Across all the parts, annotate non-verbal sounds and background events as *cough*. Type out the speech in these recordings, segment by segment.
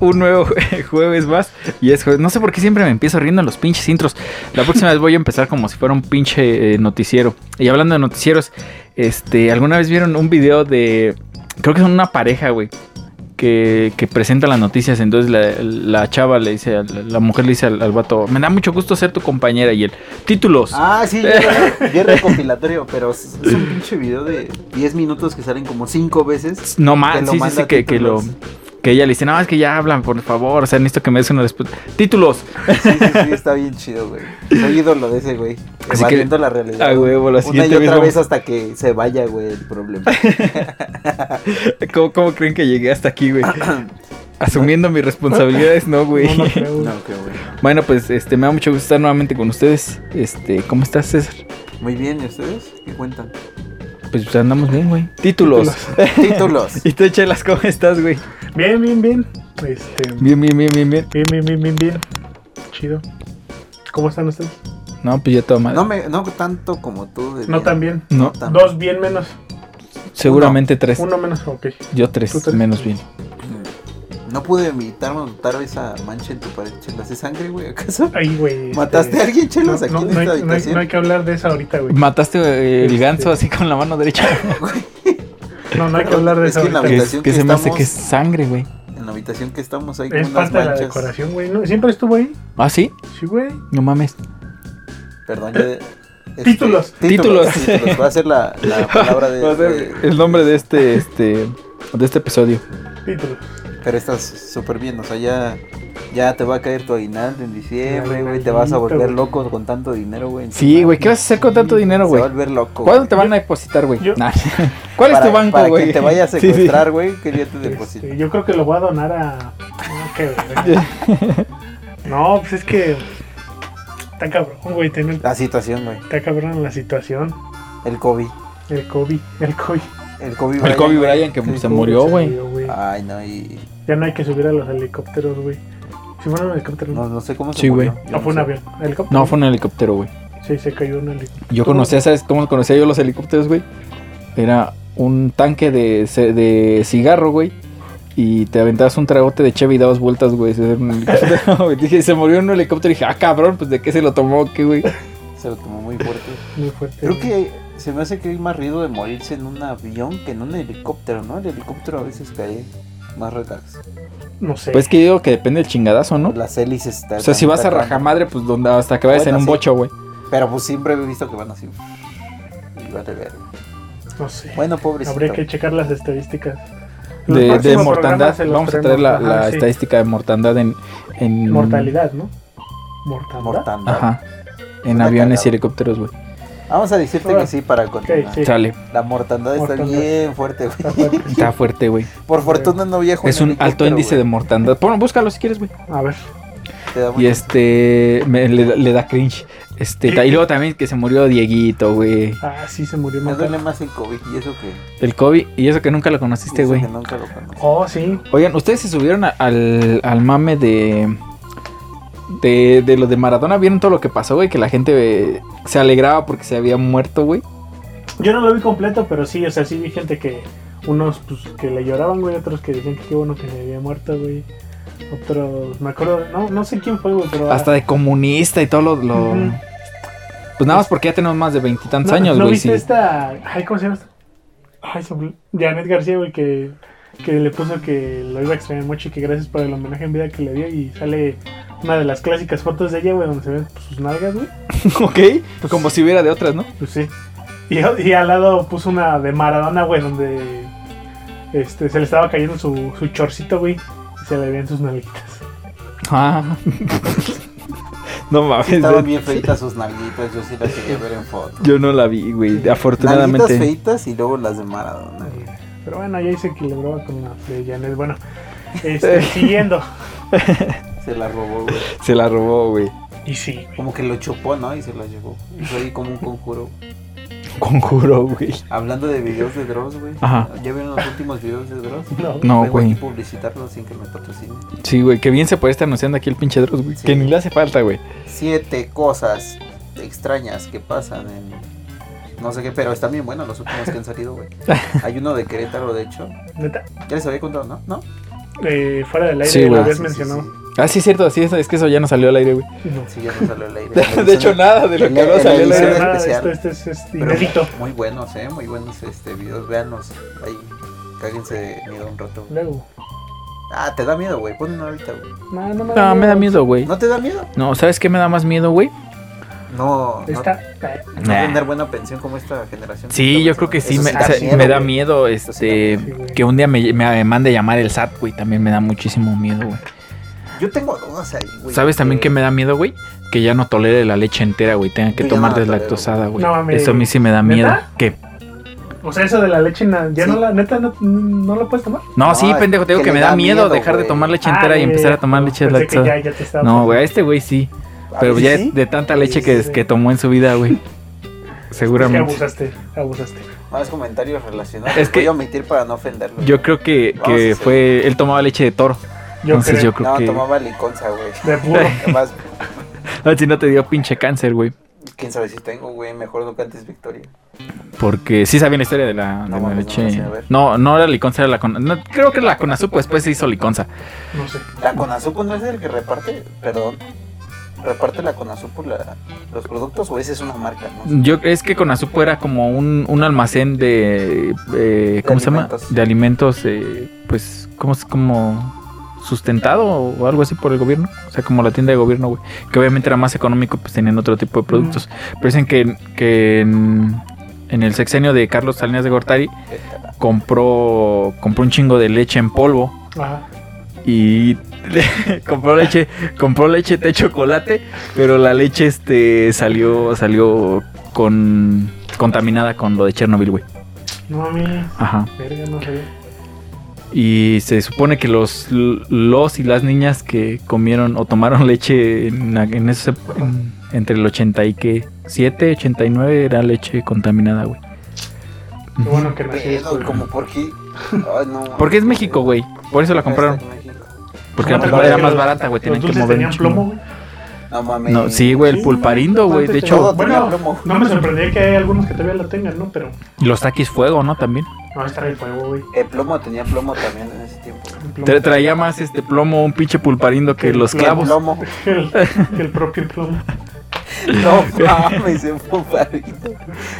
un nuevo *laughs* jueves más. Y es jueves. No sé por qué siempre me empiezo riendo en los pinches intros. La próxima vez voy a empezar como si fuera un pinche eh, noticiero. Y hablando de noticieros, este, ¿alguna vez vieron un video de. Creo que son una pareja, güey. Que, que presenta las noticias. Entonces la, la chava le dice, a la, la mujer le dice al, al vato, me da mucho gusto ser tu compañera. Y el títulos. Ah, sí, ya, ya es recopilatorio, pero es es un pinche video de 10 minutos que salen como 5 veces. No más, Te lo sí, sí, manda sí, que, que lo. títulos. Que ella le dice, no, es que ya hablan, por favor, o sea, necesito que me des una respuesta. Títulos. Sí, sí, sí, está bien chido, güey. Soy ídolo de ese, güey. Así que- Evadiendo la realidad. Ah, huevo, la Una y siguiente vez otra vamos- vez hasta que se vaya, güey, el *laughs* problema. ¿Cómo, cómo creen que llegué hasta aquí, güey? Asumiendo mis responsabilidades, no, güey. No, no creo. *laughs* No, qué bueno. *laughs* Bueno, pues este, me da mucho gusto estar nuevamente con ustedes. Este, ¿cómo estás, César? Muy bien, ¿y ustedes? ¿Qué cuentan? Pues, pues, andamos bien, güey. Títulos. Títulos. y tú, Chelas, ¿cómo estás, güey? Bien, bien, bien. Este, bien, Bien, bien, bien, bien, bien. bien, bien, bien, bien. Chido. ¿Cómo están ustedes? No, pues ya todo mal. No, me, no tanto como tú. de Pues No bien. tan bien. No, Tan- Dos bien menos. seguramente tres. Uno menos, ok. Yo tres, Tú tres. menos bien. No pude evitarme tal vez a mancha en tu pared, chelas. ¿Es sangre, güey, acaso? Ahí, güey. este, ¿Mataste a alguien, no, chelas, aquí no, en esta no hay, no, hay, habitación? no hay que hablar de eso ahorita, güey. Mataste eh, el Este- ganso así con la mano *laughs* derecha. No, no hay que hablar de Es eso que en la ahorita. que güey. habitación que que se me hace estamos- que es sangre, güey. En la habitación que estamos hay como Es unas parte de la manchas. decoración, güey. ¿no? ¿Siempre estuvo ahí? ¿Ah, sí? Sí, güey. No mames. Perdón, ya. este, Títulos. Títulos. Títulos. títulos. Va a ser la, *laughs* la palabra Eh, de, Va a ser de- el nombre de este, este, de este episodio. Título. Pero estás súper bien, o sea, ya, ya te va a caer tu aguinaldo en diciembre, güey. Te vas a Aguinaldo, volver güey. loco con tanto dinero, güey. en tu Sí, mano. güey, ¿qué vas a hacer con tanto dinero, Se güey? va a volver loco. ¿Cuándo güey. te van a depositar, güey? Yo- *laughs* Nah. ¿Cuál es Para- tu banco, Para güey? que te vaya a *laughs* Sí, sí. secuestrar, güey, que yo te deposito. Este, yo creo que lo voy a donar a. No, qué verga. No, pues es que. Está cabrón, güey. tener- La situación, güey. Está cabrón la situación. El COVID. El COVID. El COVID. El COVID. El Bryant, Kobe güey. Bryant que El se COVID murió, güey. murió, güey. Ay, no, y. Ya no hay que subir a los helicópteros, güey. Si fueron helicópteros. No, No, no sé cómo se Sí, murió. güey. Yo fue un sé. avión. ¿Helicóptero? No, fue un helicóptero, güey. Sí, se cayó un helicóptero. Yo conocía, ¿sabes cómo conocía yo los helicópteros, güey? Era un tanque de, ce- de cigarro, güey. Y te aventabas un tragote de Chevy y dabas vueltas, güey. *laughs* Ese era un helicóptero, güey. Dije, se murió en un helicóptero. Y dije, ah, cabrón, pues de qué se lo tomó, qué, güey. Se lo tomó muy fuerte. Muy fuerte. Creo güey. que se me hace que hay más ruido de morirse en un avión que en un helicóptero, ¿no? El helicóptero a veces cae más relax. No sé. Pues que yo digo que depende del chingadazo, ¿no? Las hélices están. O sea, si vas a rajamadre, pues donde, hasta que vayas en Bueno, un sí. bocho, güey. Pero pues siempre he visto que van así. Y vale, ver. no sé. Bueno, pobrecito. Habría que checar las estadísticas. En el De, de próximo programa mortandad. se los Vamos a traer traemos. la, Ajá, la sí. estadística de mortandad en. en Mortalidad, ¿no? Mortandad. Mortando. Ajá. En Está aviones cagado. y helicópteros, güey. Vamos a decirte que sí para continuar. sí. Sale. La mortandad, está Mortandad. bien fuerte, güey. Está fuerte. *laughs* Está fuerte, güey. Por fortuna no viajo. Es un alto índice de mortandad. Bueno, búscalo si quieres, güey. A ver. Y este. me- le, da- le da cringe. Este, ta- y luego también que se murió Dieguito, güey. Ah, sí, se murió Me duele Mortandad. más el COVID. Y eso que. El Kobe. Y eso que nunca lo conociste, y eso Este, güey. que nunca lo *laughs* conocí. Oh, sí. Oigan, ¿ustedes se subieron a- al, al mame de, de. de lo de Maradona? ¿Vieron todo lo que pasó, güey? Que la gente eh, se alegraba porque se había muerto, güey. Yo no lo vi completo, pero sí, o sea, sí vi gente que. Unos pues, que le lloraban, güey, otros que decían que qué bueno que se había muerto, güey. Otros, me acuerdo, no, no sé quién fue, güey, pero. Hasta de comunista y todo lo. lo- Ujú. Pues nada más porque ya tenemos más de veintitantos ah, ¿No- años, ¿No güey. viste sí. esta. Ay, ¿cómo se llama esta? Ay, se me olvidó. Janet García, güey, que, que le puso que lo iba a extrañar mucho y que gracias por el homenaje en vida que le dio. Y sale una de las clásicas fotos de ella, güey, donde se ven pues, sus nalgas, güey. *laughs* ok. Como si hubiera de otras, ¿no? Pues sí. Y, y al lado puso una de Maradona, güey, donde este, se le estaba cayendo su, su chorcito, güey. Y se le veían sus nalguitas. Ah. *laughs* no mames. Estaban bien feitas sus nalguitas. Yo sí las quería ver en foto. Yo no la vi, güey. Nalguitas Afortunadamente. feitas y luego las de Maradona. güey. Pero bueno, ya se equilibraba con la de Janet. Bueno, *laughs* este, siguiendo. Se la robó, güey. Se la robó, güey. Y sí, güey. Como que lo chupó, ¿no? Y se la llevó. Y fue ahí como un conjuro. Conjuro, güey. Hablando de videos de Dross, güey. Ajá. ¿Ya vieron los últimos videos de Dross? No, No, Vengo güey. aquí publicitarlo sin que me patrocine. Sí, güey. Que bien se puede estar anunciando aquí el pinche Dross, güey. Sí. Que ni le hace falta, güey. Siete cosas extrañas que pasan en... No sé qué, pero están *laughs* bien buenos los últimos que han salido, güey. Hay uno de Querétaro, de hecho. neta. Ya les había contado, ¿no? ¿No? eh, fuera del aire, Sí, lo güey. habías Sí, sí, mencionado. Ah, sí, es cierto, sí, es, es que eso ya no salió al aire, güey. No. Sí, *laughs* ya no salió al aire. *laughs* De, de hecho, nada de lo que habló En la salió al edición aire. era Nada, especial. "Ah, esto, esto es, es Pero inédito. Muy buenos, eh, muy buenos este videos, véanos. Ahí, cáguense de miedo un rato. Luego. Ah, te da miedo, güey, pon uno ahorita, güey. No, no me da No, me da miedo. miedo, güey. ¿No te da miedo? No, ¿sabes qué me da más miedo, güey? No, no, Está. no Nah. tener buena pensión como esta generación. Sí, yo creo que sí, Eso me, sí o sea, miedo, me da güey. miedo Eso sí da miedo. este Sí, güey. que un día me, me mande a llamar el SAT, güey, también me da muchísimo miedo, güey. Yo tengo dudas ahí, güey. este ¿Sabes también que qué me da miedo, güey? Que ya no tolere la leche entera, güey, tenga que Yo ya tomar no la tolero. deslactosada, güey. No mames. Eso a mí sí me da ¿Neta? miedo. ¿Qué? O sea, eso de la leche, na- ya Sí. no la. Neta, no, no la puedes tomar. No, No, sí, es pendejo, te digo que, que le me da da miedo miedo, dejar de güey. tomar leche entera Ah, y ya, empezar ya, a tomar no, leche pensé que deslactosada. ya- ya te estaba No, güey, a pasando. este güey sí, ¿A pero ti ya sí? de tanta Sí, leche sí, que, sí. que tomó en su vida, *laughs* güey. Es que Seguramente. Pues abusaste, abusaste. Más comentarios relacionados. Es Es que- que... Voy a omitir para no ofenderlo. Yo creo que, Vamos a que hacer- fue él tomaba leche de toro, Yo entonces creo. yo creo no, que tomaba liconza, güey. De *laughs* burro. Además, *laughs* Ah, si no te dio pinche cáncer, güey. quién sabe si tengo, güey. Mejor lo que antes Victoria. Porque sí sabía la historia de la, No de la mames, no leche. la sé, a ver. No, no era liconza, era la con... no, creo que la conazupo después se hizo liconza. No sé. La Conazupo no es el que reparte, perdón. Reparte la Conazupo la, los productos o esa es una marca, ¿no? Yo es que conazupo era como un, un almacén de eh, ¿cómo De se llama? alimentos. De alimentos, eh, pues como como sustentado o algo así por el gobierno, o sea como la tienda de gobierno, güey, que obviamente era más económico, pues tenían otro tipo de productos. Pero dicen que, que en, en el sexenio de Carlos Salinas de Gortari Eh, compró compró un chingo de leche en polvo. Ajá. y *laughs* compró leche, compró leche de chocolate, pero la leche este salió salió con contaminada con lo de Chernobyl, güey. No mames. Ajá. Verga, no sé. Y se supone que los los y las niñas que comieron o tomaron leche en, en esos ep- en- entre el 80 y que 7, 89 era leche contaminada, güey. Qué bueno que nací Pero, después. como por qué. Ay, no. *laughs* Porque es México, güey. Por eso la compraron. Porque No, era pero más los- barata, güey. Tenían Los que dulces mover un tenían chingo. plomo, güey. No mames. No, sí, güey, el Sí, pulparindo, güey. De antes hecho, Todo tenía Bueno, plomo. No me sorprendería que hay algunos que todavía lo tengan, ¿no? Pero Los taquis fuego, ¿no? También. no está el fuego, güey. El plomo tenía plomo también en ese tiempo. El plomo. Tra- traía más este plomo, un pinche pulparindo que los Sí, clavos. *laughs* *laughs* El plomo. El, el propio plomo. No mames, el pulparito.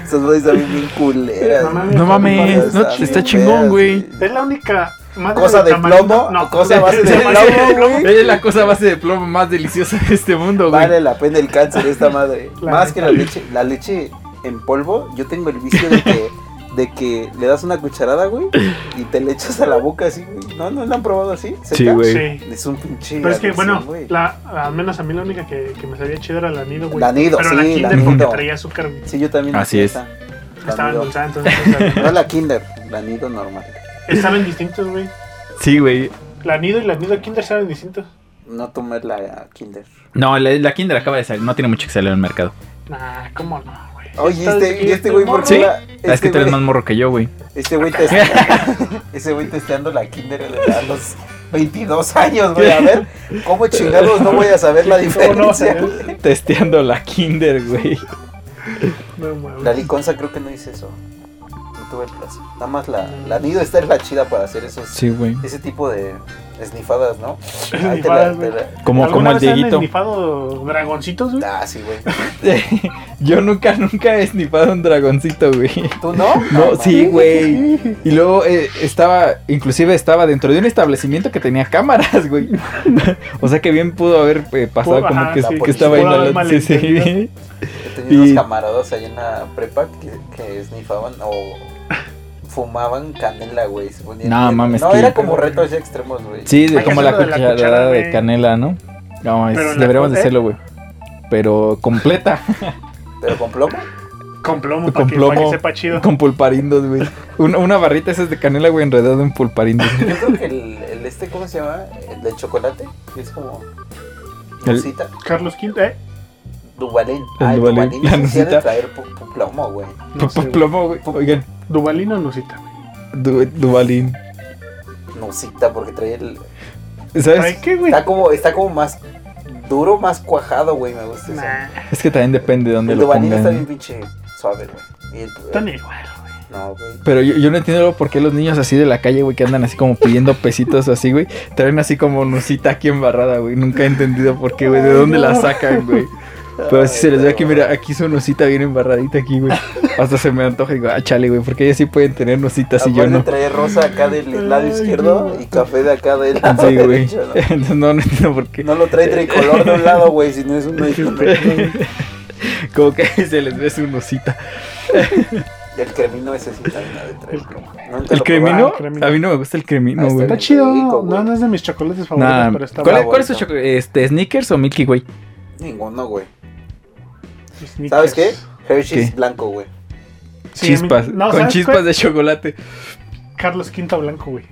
Esas güeyes también bien culeras. No güey. No mames, Esas no, bien está chingón, feas, güey. *laughs* Es la única madre Cosa de tamarindo- plomo, No, *laughs* cosa a base de plomo, güey. Es la cosa a base de plomo más deliciosa de este mundo, güey. Vale la pena el cáncer esta madre. *laughs* La Más que la neta. leche, la leche en polvo, yo tengo el vicio de que de que le das una cucharada, güey, y te le echas a la boca así, güey. No, no la han probado así. ¿Seca? Sí, güey. Sí. Es un pinche. Pero es que, adicción, bueno, güey. la, al menos a mí la única que, que me sabía chida era la nido, güey. La Nido, Pero sí, la la Kinder porque Nido. traía azúcar, güey. Sí, yo también. Así hacía es. esa. La Estaba nido. *laughs* endulzada, entonces. o sea, No la Kinder, la nido normal. Estaban distintos, güey. Sí, güey. La nido y la nido Kinder saben distintos. No tomé la Kinder. No, la, la Kinder acaba de salir, no tiene mucho que salir al mercado. Nah, cómo no, güey. Oye, Estás este, y este güey, ¿por Sí. Ah, qué la- este es que tú eres güey- más morro que yo, güey. Ese Este güey te Ese güey testeando la Kinder a los 22 años, güey. A ver, ¿cómo chingados no voy a saber la ¿Cómo no vas a diferencia? ver? *laughs* Testeando la Kinder, güey. No, mames. La liconza creo que no hice eso. No tuve el placer. Nada más la, la nido esta es la chida para hacer esos, Sí, güey. ese tipo de esnifadas, ¿no? Ahí te la- Esnifadas, te güey. la- Como, como ¿Alguna el vez han Dieguito. esnifado dragoncitos, güey? Ah, sí, güey. *laughs* Yo nunca, nunca he snipado un dragoncito, güey. ¿Tú no? No, sí, mames. güey. Y luego eh, estaba, inclusive estaba dentro de un establecimiento que tenía cámaras, güey. *laughs* o sea que bien pudo haber eh, pasado Pudo- como ajá, que, la que policía. estaba ahí Pudo la haber la- sí, sí. malentendido. He tenido Y- unos camaradas ahí en la prepa que, que esnifaban o fumaban canela, güey. se ponían No, bien- mames, No, que- era como retos ya extremos, güey. Sí, de Hay que como la hacerlo de la cucharada cuchara de de- canela, ¿no? No, es- Pero en la ¿eh? deberíamos de cote. hacerlo, güey. Pero completa, *laughs* Pero con plomo. Con plomo, Con para que, plomo. pa' que sepa chido. con pulparindos, güey. Una, una barrita esa es de canela, güey, enredada en pulparindos. Yo creo que el, el este, ¿cómo se llama? El de chocolate, que es como El- Nusita. Carlos Quinta, ¿eh? Duvalín. El Ah, el Duvalín, Duvalín. la ese sí ha de Nusita. traer pu- pu- plomo, güey. *laughs* No sé, güey. Plomo, güey. Oigan, Dubalino Nusita, güey. du- Dubalín. Nusita, porque trae el... ¿Sabes? ¿Ay qué, güey? Está como, está como más duro, más cuajado, güey, me gusta Nah, Es que también depende de eso. dónde El lo Duvalín está pongan. bien pinche suave, güey. Y el- están igual, güey. No, güey. Pero yo, yo no entiendo luego por qué los niños así de la calle, güey, que andan así como pidiendo pesitos así, güey, traen así como nucita aquí embarrada, güey. Nunca he entendido por qué, güey, de Ay, dónde la no. sacan, güey. Pero si Ay, se les ve no. aquí, mira, aquí su nucita bien embarradita aquí, *laughs* güey. Hasta se me antoja y digo, ah, chale, güey, porque ellos sí pueden tener nucitas y yo Aparte no. trae rosa acá del lado Ay, izquierdo no. y café de acá del *laughs* lado Sí, güey. derecho. ¿no? Entonces no, no entiendo por qué. No lo trae tricolor de un lado, güey, si no *laughs* es uno y uno. Como que se les ve su nucita. El cremino ese sí también ha de traer. Nunca ¿El lo cremino? el cremino. A mí no me gusta el cremino, Ah, está güey. Está chido. rico, no, güey. no es de mis chocolates favoritos, Nah, pero está ¿cuál, bueno. es- cuál es su bueno. chocolate? Este, ¿Snickers o Milky Way? Ninguno, güey. Snickers. ¿Sabes qué? Hershey's ¿Qué? blanco, güey. *laughs* Sí, chispas, a mí- no, con ¿sabes chispas cuál? de chocolate. Carlos Quinta Blanco, güey.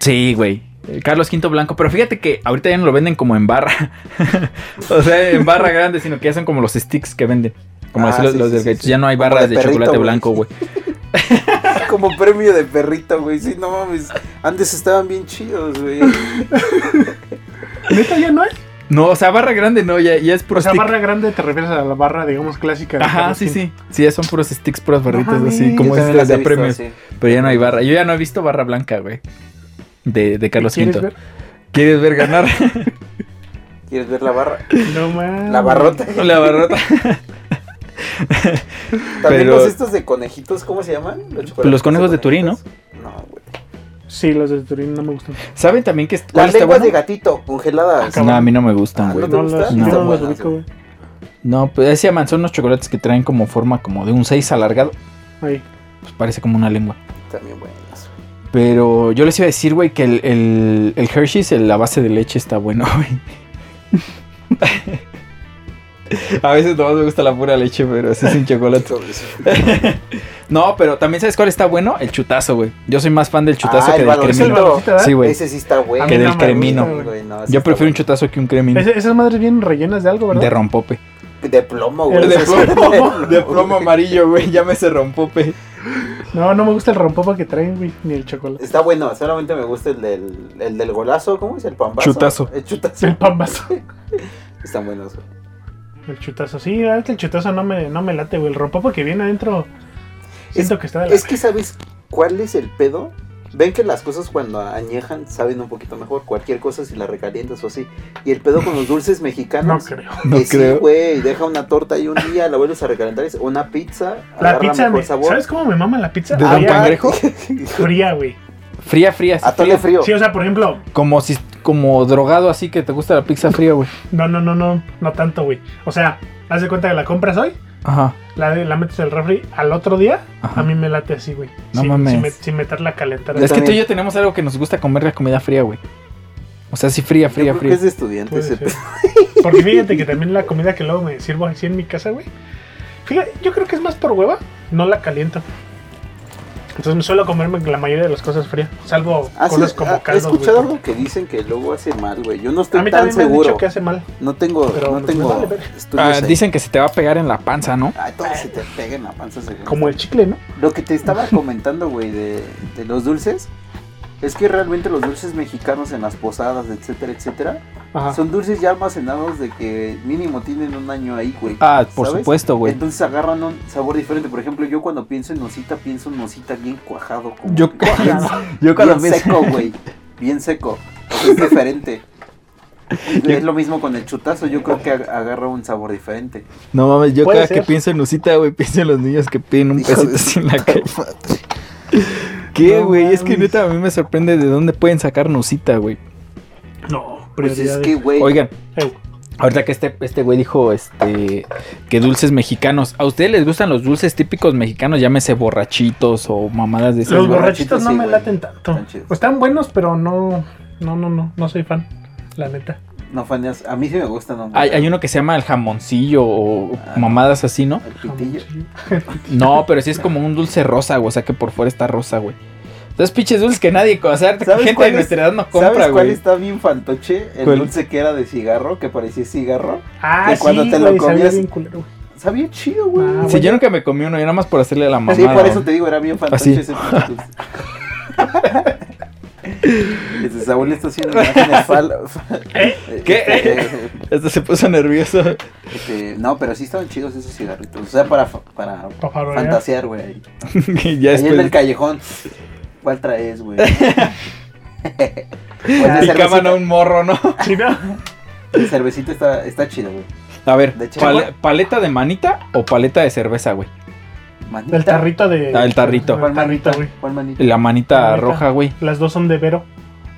Sí, güey. Eh, Carlos Quinto Blanco, pero fíjate que ahorita ya no lo venden como en barra. *laughs* o sea, en barra grande, sino que ya son como los sticks que venden. Como Ah, así los, sí, los sí, del sí, Gatos. sí. Ya no hay Como barras de de, perrito, chocolate güey. blanco, güey. Como premio de perrito, güey. Sí, no mames. Antes estaban bien *laughs* chidos, güey. ¿Neta ya no hay? No, o sea, barra grande no, ya, ya es puro O sea, stick. barra grande te refieres a la barra, digamos, clásica. de Pues Ajá, Carlos sí, Quinta. sí. Sí, ya son puros sticks, puras barritas mames. así, como Yo es también las las he este de visto premios. así. Pero ya no hay barra. Yo ya no he visto barra blanca, güey. De, de Carlos ¿Quieres Quinto. ¿Quieres ver *laughs* ganar ¿Quieres ver la barra? ver? No mames. La *laughs* barrota. *laughs* la barrota? También Pero- los estos de conejitos, ¿cómo se llaman? Los, chocolates Los conejos de Turín, ¿no? conejitos. No, güey. Sí, los de Turín no me gustan. ¿Saben también que es- cuál Las está lenguas bueno? de gatito, congeladas. Ah, No, a mí no me gustan, Ah, güey. ¿no te No, gustan? los, No. no, Están los buenas, ubico, güey. No, pues decía man, son unos chocolates que traen como forma como de un 6 alargado. Ahí. Pues parece como una lengua. También buenas. güey. Pero yo les iba a decir, güey, que el, el, el Hershey's, el- la base de leche está bueno, güey. *laughs* a veces nomás me gusta la pura leche, pero así sin chocolate. *laughs* Sobre eso. No, pero también sabes cuál está bueno? El chutazo, güey. Yo soy más fan del chutazo Ah, que del el balón. Es el cremino. baloncito, ¿verdad? Sí, güey. Ese sí está bueno. A Que mí del no me cremino. gusta, güey, no, ese Yo está prefiero un bueno. chutazo que un cremino. Ese- esas madres vienen rellenas de algo, ¿verdad? De rompope. De plomo, güey. El De *laughs* de *laughs* plomo, de plomo amarillo, güey. Llámese rompope. no, no me gusta el rompopa que traen, güey, ni el chocolate. Está bueno, solamente me gusta el del, el del golazo, ¿cómo es? El pambazo. Chutazo. El chutazo. El pambazo. Están buenos, güey. El chutazo. Sí, la verdad es que el chutazo no me, no me late, güey. El rompopa que viene adentro. Siento que está de la. Es que, ¿sabes cuál es el pedo? Ven que las cosas cuando añejan saben un poquito mejor. Cualquier cosa si la recalientas o así. Y el pedo con los dulces no mexicanos. creo. No que sí, creo. güey, deja una torta ahí un día, la vuelves a recalentar, es una pizza, La agarra pizza, mejor me- sabor. ¿sabes cómo me mama la pizza? ¿De Ah, Don Fría, *laughs* *laughs* Cangrejo? Fría, güey. Fría, fría. sí, Atole fría. frío. Sí, o sea, por ejemplo, Como si como drogado así que te gusta la pizza fría, güey. no, no, no, no, no tanto, güey. O sea, haz de cuenta que la compras hoy, Ajá. la, de- la metes al refri al otro día, Ajá. a mí me late así, güey. No sin, mames. Sin, met- sin meterla a calentar. es que tú y también. yo tenemos algo que nos gusta comer la comida fría, güey. O sea, sí fría, Yo fría, creo que fría. es de estudiante Puede ese ser. pedo. *laughs* Porque fíjate que también la comida que luego me sirvo así en mi casa, güey. Fíjate, yo creo que es más por hueva, no la caliento. Entonces me suelo comerme la mayoría de las cosas frías, salvo Ah, sí, cosas ah, como he caldos. güey, escuchado porque- algo que dicen que luego hace mal, güey. Yo no A estoy mí tan también me han dicho seguro. que hace mal. No tengo, Pero no me tengo vale ver. Ah, estudios ahí. dicen que se te va a pegar en la panza, ¿no? Ay, todo se te pega en la panza. según. Como el chicle, ¿no? Lo que te estaba comentando, güey, de, de los dulces, es que realmente los dulces mexicanos en las posadas, etcétera, etcétera, Ajá. son dulces ya almacenados de que mínimo tienen un año ahí, güey. Ah, por ¿Sabes? supuesto, güey. Entonces agarran un sabor diferente. Por ejemplo, yo cuando pienso en nosita, pienso en nosita bien cuajado. Como Yo- que cuajado, Yo bien seco, güey. Bien seco. Es diferente. Es lo mismo con el chutazo. Yo creo que ag- agarra un sabor diferente. *laughs* No mames, yo Puede cada que ser. pienso en Lucita, güey, pienso en los niños que piden un Hijo de pesito su así en la calle. ¿Qué, No güey? es que mames. neta a mí me sorprende de dónde pueden sacar Nusita, güey. No, Pues es prioridades. que, güey. Oigan, Eh, ahorita que este este güey dijo este que dulces mexicanos. ¿A ustedes les gustan los dulces típicos mexicanos? Llámese borrachitos o mamadas de esas. los güey? borrachitos borrachitos no sí, me güey. laten tanto. Están chidos. Están buenos, pero no, no, no, no, no soy fan, la neta. No faneas. A mí sí me gusta, ¿no? Hay, hay uno que se llama el jamoncillo o Ah. mamadas así, ¿no? El pitillo. No, pero sí es como un dulce rosa, güey. O sea que por fuera está rosa, güey. Entonces, pinches dulces que nadie, o sea, ¿Sabes gente de cuál nuestra edad no ¿Sabes compra, cuál güey. está bien fantoche? El ¿Cuál? dulce que era de cigarro, que parecía cigarro. Ah, Que sí, cuando te lo güey, sabía comías- bien culero, güey. Sabía chido, güey. Ah, Si yo nunca me comí uno, yo nada más por hacerle a la mamada. sí, por eso güey. te digo, era bien Así. fantoche *laughs* ese pinche dulce. Este Saúl está haciendo imágenes fal... ¿Qué? *laughs* Este, Hasta se puso nervioso. *laughs* este, no, pero sí estaban chidos esos cigarritos. O sea, para, fa- para Pa' farolear. fantasear, güey. Y ya Ahí en el después callejón. ¿Cuál traes, *laughs* güey? Pues de picaban a cervecita, un morro, ¿no? Sí, no. *laughs* de cervecita está, está chido, güey. A ver, De hecho, pale- bueno. paleta de manita o paleta de cerveza, güey. Manita. Del tarrito de. Ah, el tarrito. Del ¿Cuál manita, tarrito, güey. ¿Cuál manita? La manita Manita. roja, güey. Las dos son de Vero.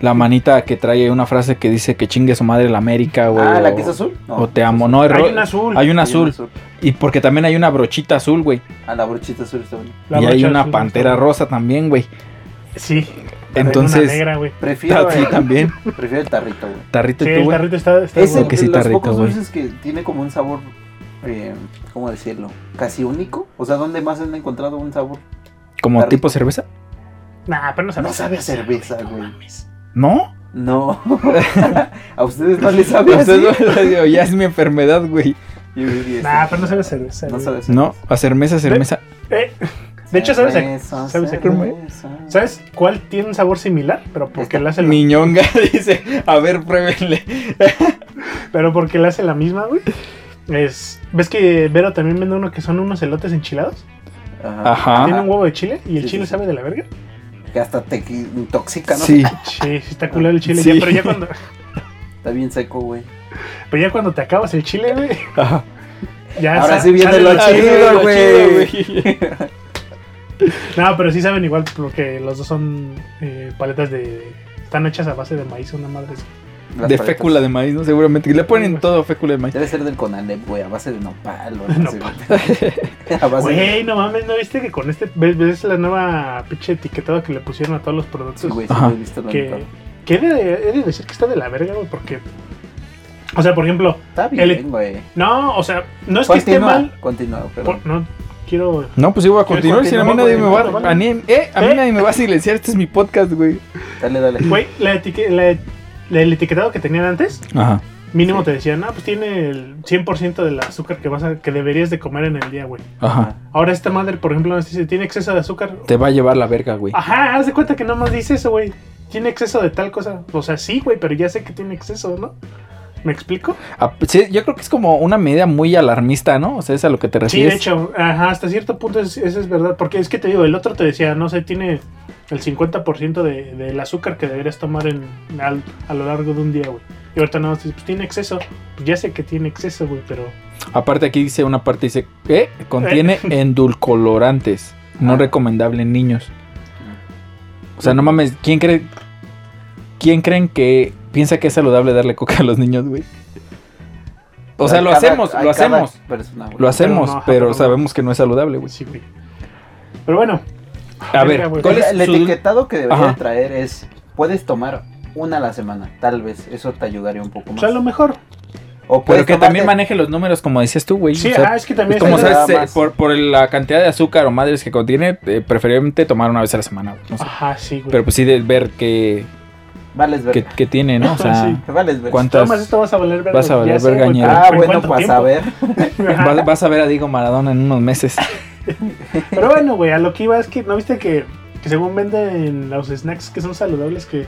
La manita que trae una frase que dice que chingue a su madre la América, güey. Ah, la o- que es azul. No, O te amo, no, es Hay ro- una azul. Hay una Hay azul. Y porque también hay una brochita azul, güey. Ah, la brochita azul está buena. La y hay brocha una azul. pantera rosa también, güey. Sí. también Una Entonces, negra, güey. *laughs* Prefiero, Ah, sí, el- también. prefiero el tarrito, ¿este güey. Tarrito Sí, y tú, el güey. tarrito está. está Es Creo el bueno. que sí, de los tarrito, pocos güey. dulces que tiene como un sabor, eh, ¿cómo decirlo? Casi único. O sea, ¿dónde más han encontrado un sabor? Como Tarrito. tipo cerveza. Nah, pero no sabe. No sabe a cerveza, güey. *laughs* ¿No? *laughs* No. *laughs* a ustedes no les sabe así. Entonces, Pues *laughs* ya es mi enfermedad, güey. *laughs* Yo diría Nah, eso. pero no sabe cerveza. No güey. sabe cerveza. No, a cerveza, cerveza. Eh, de hecho, ¿sabes a- Cerveza, sabes a- cerveza. ¿Sabes cuál tiene un sabor similar? Pero Este, porque la hace la, Miñonga *laughs* dice, a ver, pruébenle. pero porque la, hace la misma, güey. Es, ¿Ves que Vero también vende uno que son unos elotes enchilados? Ajá. Tiene un huevo de chile y el Ah. Sí, chile sí, sí. sabe de la verga. Que hasta te intoxica, ¿no? Sí. Sí, sí está Ah, culero el chile. Sí. ya, pero, ya cuando, Está bien seco, güey. pero ya cuando te acabas el chile, güey, Ajá. ya Ahora sa- sí viene sale lo la- Ah, chido, lo güey. chido, No, pero sí saben igual porque los dos son eh, paletas de... Están hechas a base de maíz, una madre. así. Las De paletas. fécula de maíz, ¿no? Seguramente. Le ponen todo fécula de maíz. Debe ser del Conalep, güey, a base de nopal o algo así, Nopal. güey. *laughs* A base de... Güey, no mames, ¿no viste que con este... ¿Ves, ves la nueva pinche etiquetada que le pusieron a todos los productos? Sí, güey, sí, Ajá. lo he visto la que, nopal. que he, de, he de decir que está de la verga, güey, porque... O sea, por ejemplo, Está el- bien, güey. no, o sea, no es que esté Continúa, mal... continúa, perdón. por- no, quiero... *laughs* No, pues yo voy a continuar. Si a mí continuar, nadie me va güey? a... a mí- eh, a mí ¿Eh? nadie me va a silenciar. Este es mi podcast, güey. Dale, dale. Güey, la etique- la- la- el etiquetado que tenían antes, Ajá. mínimo Sí. te decían, ah, pues tiene el 100% del azúcar que, vas a, que deberías de comer en el día, güey. Ajá. Ahora esta madre, por ejemplo, nos dice, tiene exceso de azúcar. Te va a llevar la verga, güey. Ajá, haz de cuenta que nomás dice eso, güey. Tiene exceso de tal cosa. O sea, sí, güey, pero ya sé que tiene exceso, ¿no? ¿Me explico? Ah, sí, yo creo que es como una medida muy alarmista, ¿no? O sea, es a lo que te Sí, de refieres. hecho, ajá, hasta cierto punto es- eso es verdad. Porque es que te digo, el otro te decía, no sé, tiene el 50% de, del azúcar que deberías tomar en, al- a lo largo de un día, güey. Y ahorita no, pues tiene exceso. Pues ya sé que tiene exceso, güey, pero... Aparte aquí dice una parte, dice, eh, contiene endulcolorantes, no Ah. recomendable en niños. O sea, no mames, ¿quién cree, quién creen que piensa que es saludable darle coca a los niños, güey? O sea, Hay lo cada- hacemos, hay lo cada hacemos, persona, güey. lo hacemos, ajá, pero pero no. sabemos que no es saludable, güey. pues, Sí, güey. Pero bueno. A Verga, ver, güey. ¿cuál El, es el su- etiquetado que debería Ajá. de traer es, puedes tomar una a la semana, tal vez, eso te ayudaría un poco O más. sea, a lo mejor. O Pero que tomarte- también maneje los números como decías tú, güey. Sí, O sea, ah, es que también... es como está- está- nada sabes, eh, más. por, por la cantidad de azúcar o madres que contiene, eh, preferiblemente tomar una vez a la semana, güey. No sé. Ajá, sí, güey. Pero pues sí, de ver que, Vales que, verga. que tiene, ¿no? O sea, Sí. Vales verga. cuántas... Tomas esto vas a valer verga. vas a valer ya sé, verga, güey, ñero. pero- Ah, pero bueno, ¿cuánto para tiempo? saber. Ajá. Vas, vas a ver a Diego Maradona en unos meses. Pero bueno, güey, a lo que iba es que, ¿no viste que, que según venden los snacks que son saludables, que,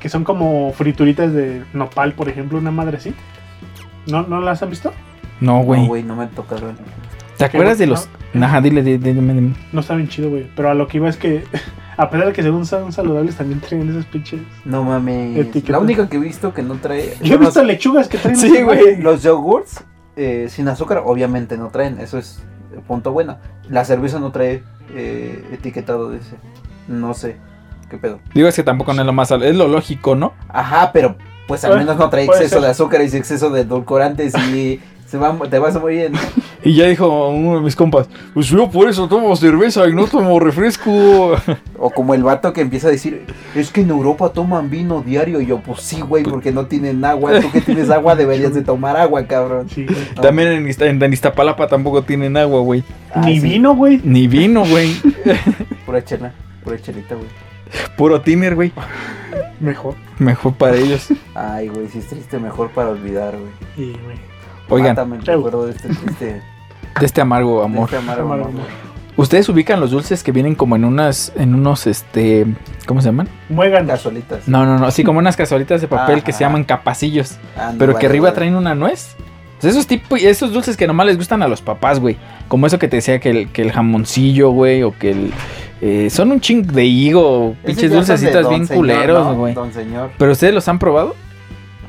que son como frituritas de nopal, por ejemplo, una madre así? ¿No, ¿No las han visto? No, No, güey. güey, no me toca ver. ¿Te acuerdas de no. los.? Ajá, dile, dile, dile, dile. No está bien chido, güey. Pero a lo que iba es que, *laughs* a pesar de que según son saludables, también traen esos pinches. No mames. Etiqueta. La única que he visto que no trae... *laughs* Yo he son visto lechugas que traen. Sí, esa güey. madre. Los yogurts eh, sin azúcar obviamente no traen, eso es el punto bueno. La cerveza no trae eh, etiquetado de ese. No sé, qué pedo. Digo, es que tampoco no es lo más. sal- Es lo lógico, ¿no? Ajá, pero pues al Bueno, menos no trae Ah, puede exceso ser. de azúcar y exceso de edulcorantes y *laughs* se va, te vas muy bien. Y ya dijo uno de mis compas: Pues yo por eso tomo cerveza y no tomo refresco. O como el vato que empieza a decir, es que en Europa toman vino diario. Y yo, pues sí, güey, porque no tienen agua. Tú que tienes agua deberías de tomar agua, cabrón. Sí, güey. No. También en, Ista- en, en Iztapalapa tampoco tienen agua, güey. Ah, Ni sí, vino, güey. Ni vino, güey. Pura chela, pura chelita, güey. Puro tiner, güey. Mejor. Mejor para ellos. Ay, güey, si es triste, mejor para olvidar, güey. Y, güey. Ah, Oigan, Mátame el Chau. recuerdo de este triste. de este amargo Amor. amor. amargo Amor, amor. amor. ¿Ustedes ubican los dulces que vienen como en unas, en unos, este, ¿cómo se llaman? Muegan. Casualitas. No, no, no, así como unas casualitas de papel que se Ajá. llaman capacillos, Ah, no, pero que vale, arriba vale. traen una nuez. Pues Esos tipos, esos dulces que nomás les gustan a los papás, güey. Como eso que te decía que el, que el jamoncillo, güey, o que el... eh, son un ching de higo, Ese pinches ya son de dulcecitas don bien señor, culeros, ¿no? güey. Don señor. ¿Pero ustedes los han probado?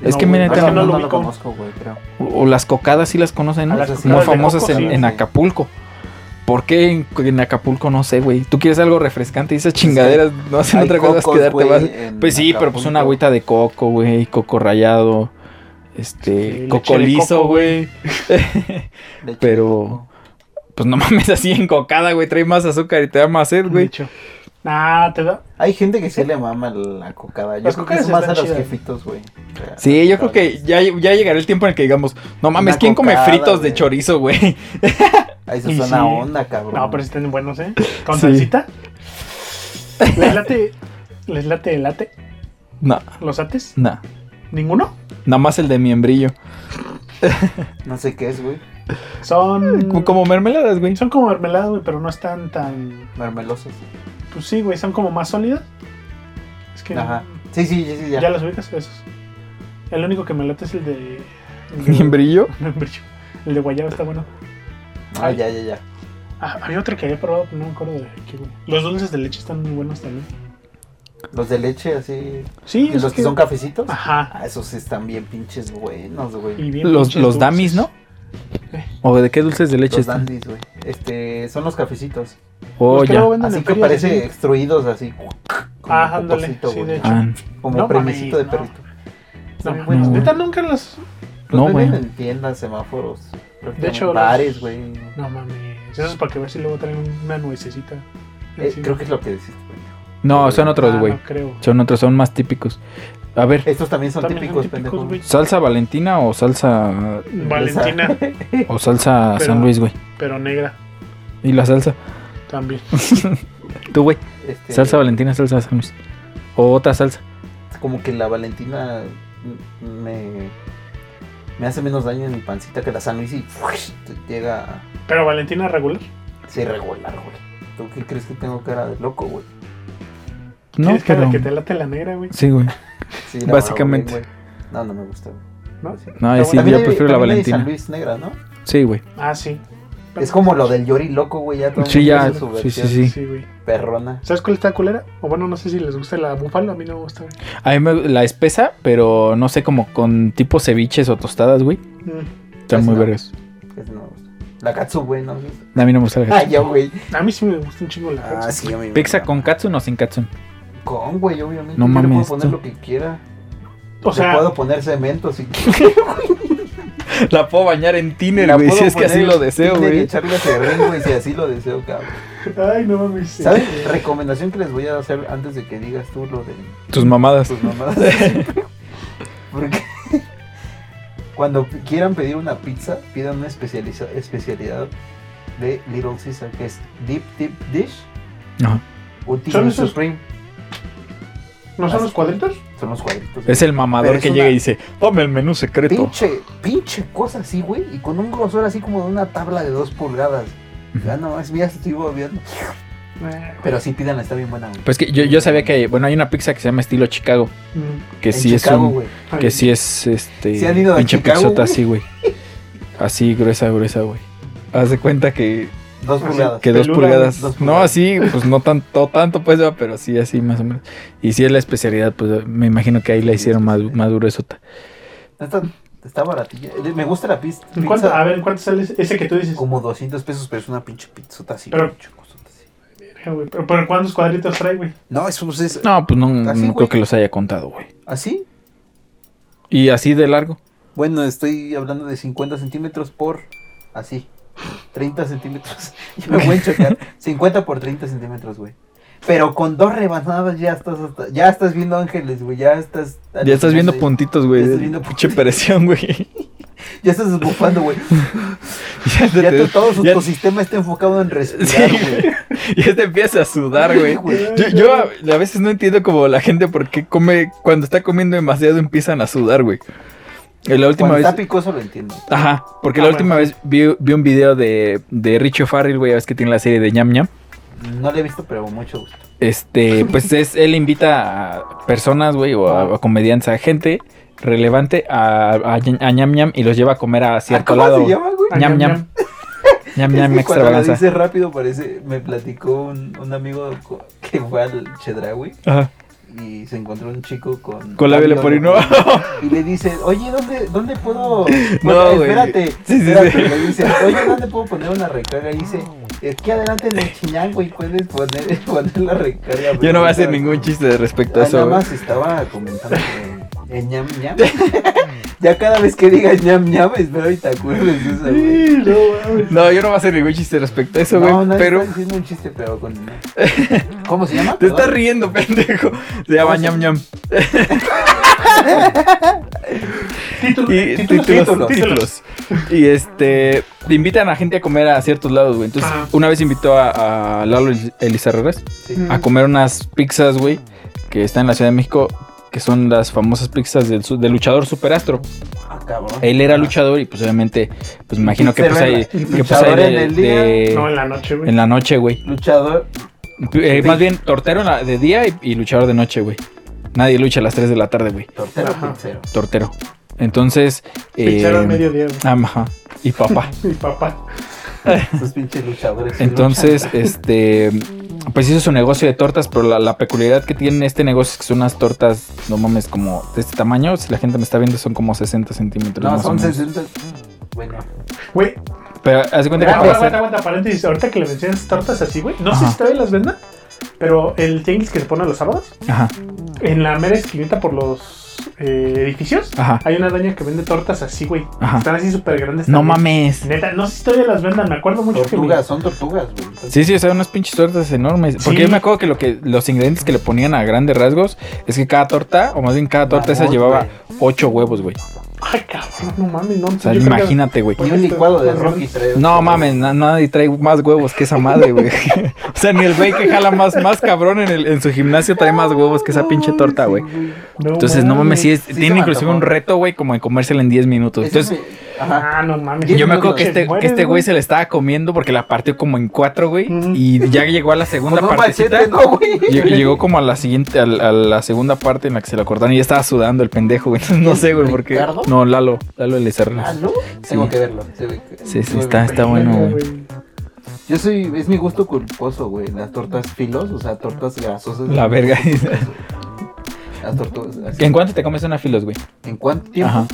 Es No, que güey, miren, no, es tengo- que no lo lo ubico. conozco, güey, creo. o las cocadas sí las conocen, ¿no? A las Muy cocadas de famosas coco, en, sí, en sí. Acapulco. ¿Por qué en, en Acapulco no sé, güey? Tú quieres algo refrescante y esas chingaderas *laughs* no hacen Hay otra cosa más cocos, que darte güey, más. en Pues sí, pero pues una Acapulco. agüita de coco, güey, coco rallado, este, Sí, coco leche de liso, coco, güey. *laughs* De hecho, pero- coco. pues no mames, así en cocada, güey, trae más azúcar y te da más sed, güey. Dicho. Nah, te da. Hay gente que sí le mama la cocada. Yo Las creo que cocadas es más a están los chidas. jefitos, güey. O sea, Sí, yo creo las que ya, ya llegará el tiempo en el que digamos, no mames, Una ¿quién come cocada, fritos de güey. chorizo, güey? *laughs* Ahí se Y suena sí. onda, cabrón. No, pero sí están buenos, ¿eh? Con Sí. salsita. Les late. Les late el late. No, ¿Los ates? no, ¿Ninguno? nada más el de miembrillo. No sé qué es, güey. Son. Como- Eh, Como mermeladas, güey. Son como mermelada, güey, pero no están tan. Mermelosos. Pues sí, güey, son como más sólidas. Es que. Ajá. Sí, sí, sí, sí, ¿Ya, ya. las ubicas? Esos. El único que me late es el de. *laughs* *laughs* el de- Miembrillo. membrillo. El de guayaba está bueno. Ah, ya, ya, ya. Ah, había otro que había probado, pero no me acuerdo de qué, güey. Los dulces de leche están muy buenos también. Los de leche, así. Sí, ¿Y esos los que son cafecitos? Ajá. Ah, esos sí están bien pinches buenos, güey. Y bien Los, pinches los dulces. damis, *laughs* ¿no? Eh. ¿O de qué dulces de leche Los están? dandies, güey. Este, son los cafecitos. Oh, Los que ya. luego venden Así en que ferias, parece sí. extruidos así. Como Ah, ándale, popocito, sí, güey. de hecho. Ah, Como No premicito de mames, no. perrito. No, Están bien mames, no. buenos. neta nunca los. No, Los venden güey. en tiendas, semáforos. prácticamente, De hecho, bares, los- güey. No mames. Eso es para que ver si luego traen una nuececita. Eh, encima. creo que es lo que decís, güey. No, son Ah, otros, güey. No creo. Son otros, son más típicos. A ver, Estos también son También típicos, son típicos, pendejos. güey. ¿salsa Valentina o salsa Valentina, o salsa Pero- San Luis, güey? *laughs* pero negra Y la salsa. también. *laughs* Tú, güey. *laughs* Este, Salsa Valentina, salsa San Luis. O otra salsa. Como que la Valentina m- me, me hace menos daño en mi pancita que la San Luis y ¡fuish! te llega a Pero Valentina regular. ser regular, güey. ¿Tú qué crees que tengo cara de loco, güey? No, Tienes cara pero... que te late la negra, güey. Sí, güey. Sí, la Básicamente. verdad, güey. No, no me gusta. güey. ¿No? Sí. No, sí, Está bueno. También yo hay- prefiero la también hay Valentina. San Luis negra, ¿no? Sí, güey. Ah, sí. Es como lo del Yori loco, güey. Ya todo el Sí, mundo ya. hizo su Sí, sí, versión sí. Sí, güey. Perrona. ¿Sabes cuál está culera? O bueno, no sé si les gusta la búfalo, a mí no me gusta. güey. A mí me- la espesa, pero no sé, como con tipo ceviches o tostadas, güey. Mm. Están Pues muy no. vergas. Ese no me gusta. La Katsu, güey, no me gusta. A mí no me gusta la Ah, *laughs* ya, güey. A mí sí me gusta un chingo la Ah, Rex. sí, a mí me ¿Pizza mama. con katsun o sin katsun? Con, güey, obviamente. No No mames. mames, puedo tú. poner lo que quiera. O sea, Le puedo poner *laughs* cemento si La puedo bañar en tiner, La güey, puedo si es que así poner lo deseo, Tinder y güey. echarle acerrín, güey, si así lo deseo, cabrón. ay, no mames. sí. ¿Sabes? Recomendación que les voy a hacer antes de que digas tú lo de Tus mamadas. *laughs* tus mamadas. *laughs* Porque *laughs* cuando p- quieran pedir una pizza, pidan una especializa- especialidad de Little Caesar, que es Deep Deep Dish Ajá. o ¿Son Teen esos? Supreme. ¿No son los cuadritos? Son los cuadritos. Es el Pero mamador es que una- llega y dice, dame el menú secreto. pinche, pinche cosa así, güey. Y con un grosor así como de una tabla de dos pulgadas. Ya no, es mía, estoy volviendo. Eh, Pero sí, pídanla, está bien buena, güey. Pues que yo, yo sabía que, bueno, hay una pizza que se llama estilo Chicago, mm. que En sí Chicago, es un, güey. Ay, que sí es, este, ¿Sí han ido a pinche Chicago, pizzota güey? así, güey. Así, gruesa, gruesa, güey. Haz de cuenta que, Dos Así pulgadas. que dos, Peluda, pulgadas, güey, dos No, pulgadas. así, pues no tanto, tanto, pues, va, pero sí, así más o menos. Y si es la especialidad, pues me imagino que ahí la hicieron más, más gruesota. Está, está baratilla. Eh, Me gusta la pizza. ¿En cuánto, pizza a ver, ¿en cuánto sale ese- ese que tú dices? Como 200 pesos, pero es una pinche pizzota así. Pero- pinche cosota así. Verga, güey. ¿Pero, pero cuántos cuadritos trae, güey? No, eso pues es No, pues no, no Así, creo güey. que los haya contado, güey. así. Y así de largo. Bueno, estoy hablando de 50 centímetros por así. 30 centímetros. *laughs* Yo me voy *laughs* a chocar. 50 por 30 centímetros, güey. Pero con dos rebanadas ya estás, hasta- ya estás viendo ángeles, güey. Ah, Ya estás. Ya estás viendo puntos puntitos, güey. Ya de estás viendo Pinche puntitos. presión, güey. Ya estás bufando, güey. *laughs* Ya te, Ya te- tu- todo su, ya- tu sistema está enfocado en respirar, Sí, güey. *laughs* ya te empieza a sudar, güey. güey. Yo, yo a, a veces no entiendo como la gente por qué come, cuando está comiendo demasiado empiezan a sudar, güey. Eh, La última Cuando vez. está picoso lo entiendo. Ajá, porque Ah, la bueno. última vez vi, vi un video de, de Richie Farrell, güey, ya ves que tiene la serie de ñam ñam. No lo he visto, pero con mucho gusto. *laughs* Este, pues es, él invita a personas, güey, o a, a comediantes, a gente relevante a, a, a ñam ñam y los lleva a comer a Ah, cierto ¿Cómo lado. se llama, güey? Ah, ñam ñam. Ñam ñam Es que cuando la extravaganza. dices rápido parece, me platicó un, un amigo co- que fue al Chedraui Ajá. y se encontró un chico con... Con labio leporino. *laughs* Y le dice, oye, ¿dónde, dónde *laughs* puedo...? No, güey. Espérate, Sí, sí, espérate. sí. Le dice, oye, ¿dónde puedo poner una recarga? Y dice, aquí adelante en el chiñán, güey, puedes poner, *laughs* poner la recarga. Yo no voy a hacer Pero- ningún chiste de respecto a Ah, eso, nada güey. más estaba comentando que en ñam ñam. *laughs* ya cada vez que digas ñam ñam, espero y te acuerdes de eso, güey. Sí, *laughs* no, mames. No, yo no voy a hacer ningún chiste respecto a eso, güey. no, no pero está diciendo un chiste, pero con... ¿Cómo se llama? *laughs* te estás Perdón. riendo, pendejo. Se llama No, ñam sí. *laughs* ñam. Título, Y título, títulos, título, títulos, Y este, te invitan a gente a comer a ciertos lados, güey. Entonces, Ah. Ajá. una una vez invitó a, Lalo Elizarreras Sí. a comer unas pizzas, güey, que está en la Ciudad de México, que son las famosas pizzas del, su- del luchador Superastro. Ah, cabrón. Él era luchador y pues obviamente, pues me imagino que Se pues ve ahí, la- que, pues, luchador ahí de- en el día. de- No, en la noche, güey. en la noche, güey. Luchador. Eh, más bien tortero en la- de día y, y luchador de noche, güey. Nadie lucha a las 3 de la tarde, güey. Tortero Ajá. pizzero. Tortero. Entonces, Pichero al eh, mediodía, güey. *laughs* ajá. Y papá. *laughs* Mi papá. Esos pinches luchadores. que Entonces, este, pues hizo su negocio de tortas, pero la, la peculiaridad que tiene este negocio es que son unas tortas, no mames, como de este tamaño. Si la gente me está viendo, son como 60 centímetros. luchan. No, más o son menos. 60. Bueno, Güey, Pero haz de cuenta que puede Grande. aguanta, ser- aguanta, aguanta, paréntesis. Ahorita que le mencionas tortas así, güey. No sé eh? Ajá. si todavía las vendan, pero el tianguis que se pone los sábados, Ajá, Mm. en la mera esquinita por los eh, edificios, ajá, hay una doña que vende tortas así, güey. Ajá. Están así súper grandes. No también. mames. Neta, no sé si todavía las vendan. Me acuerdo mucho que. tortugas, son tortugas, güey. Entonces, Sí, sí, o sea, unas pinches tortas enormes. Porque Sí. yo me acuerdo que, lo que los ingredientes que le ponían a grandes rasgos es que cada torta, o más bien cada torta esa Mamut, llevaba 8 huevos, güey. Ay, cabrón, no mames, no. O sea, imagínate, güey. Y un licuado de Marrón. Rocky trae. No mames, na- nadie trae más huevos que esa madre, güey. *laughs* o sea, ni el güey que jala más, más cabrón en, el- en su gimnasio trae más huevos que esa pinche torta, güey. Entonces, no mames, sí, es- Sí se tiene me inclusive antojó. un reto, güey, como de comérsela en 10 minutos. Entonces, Entonces. Ajá. Ah, no mames. yo me acuerdo que Se este, muere, que este güey se la estaba comiendo porque la partió como en cuatro, güey. Ujú. Y ya llegó a la Con segunda un partecita. machete, no, güey. Lle- Llegó como a la siguiente, al- a, la segunda parte en la que se la cortaron y ya estaba sudando el pendejo, güey. *laughs* No sé, güey, porque. ¿Ricardo? No, Lalo, Lalo Elizarra. *laughs* Ah, ¿no? Tengo que verlo. se ve que- Sí, sí, se ve está- bien. está bueno, güey. Yo soy, es mi gusto culposo, güey. Las tortas filos, o sea, tortas grasosas. La verga. *laughs* Las tortugas. así. ¿En cuánto te comes una filos, güey? ¿En cuánto tiempo? Ajá.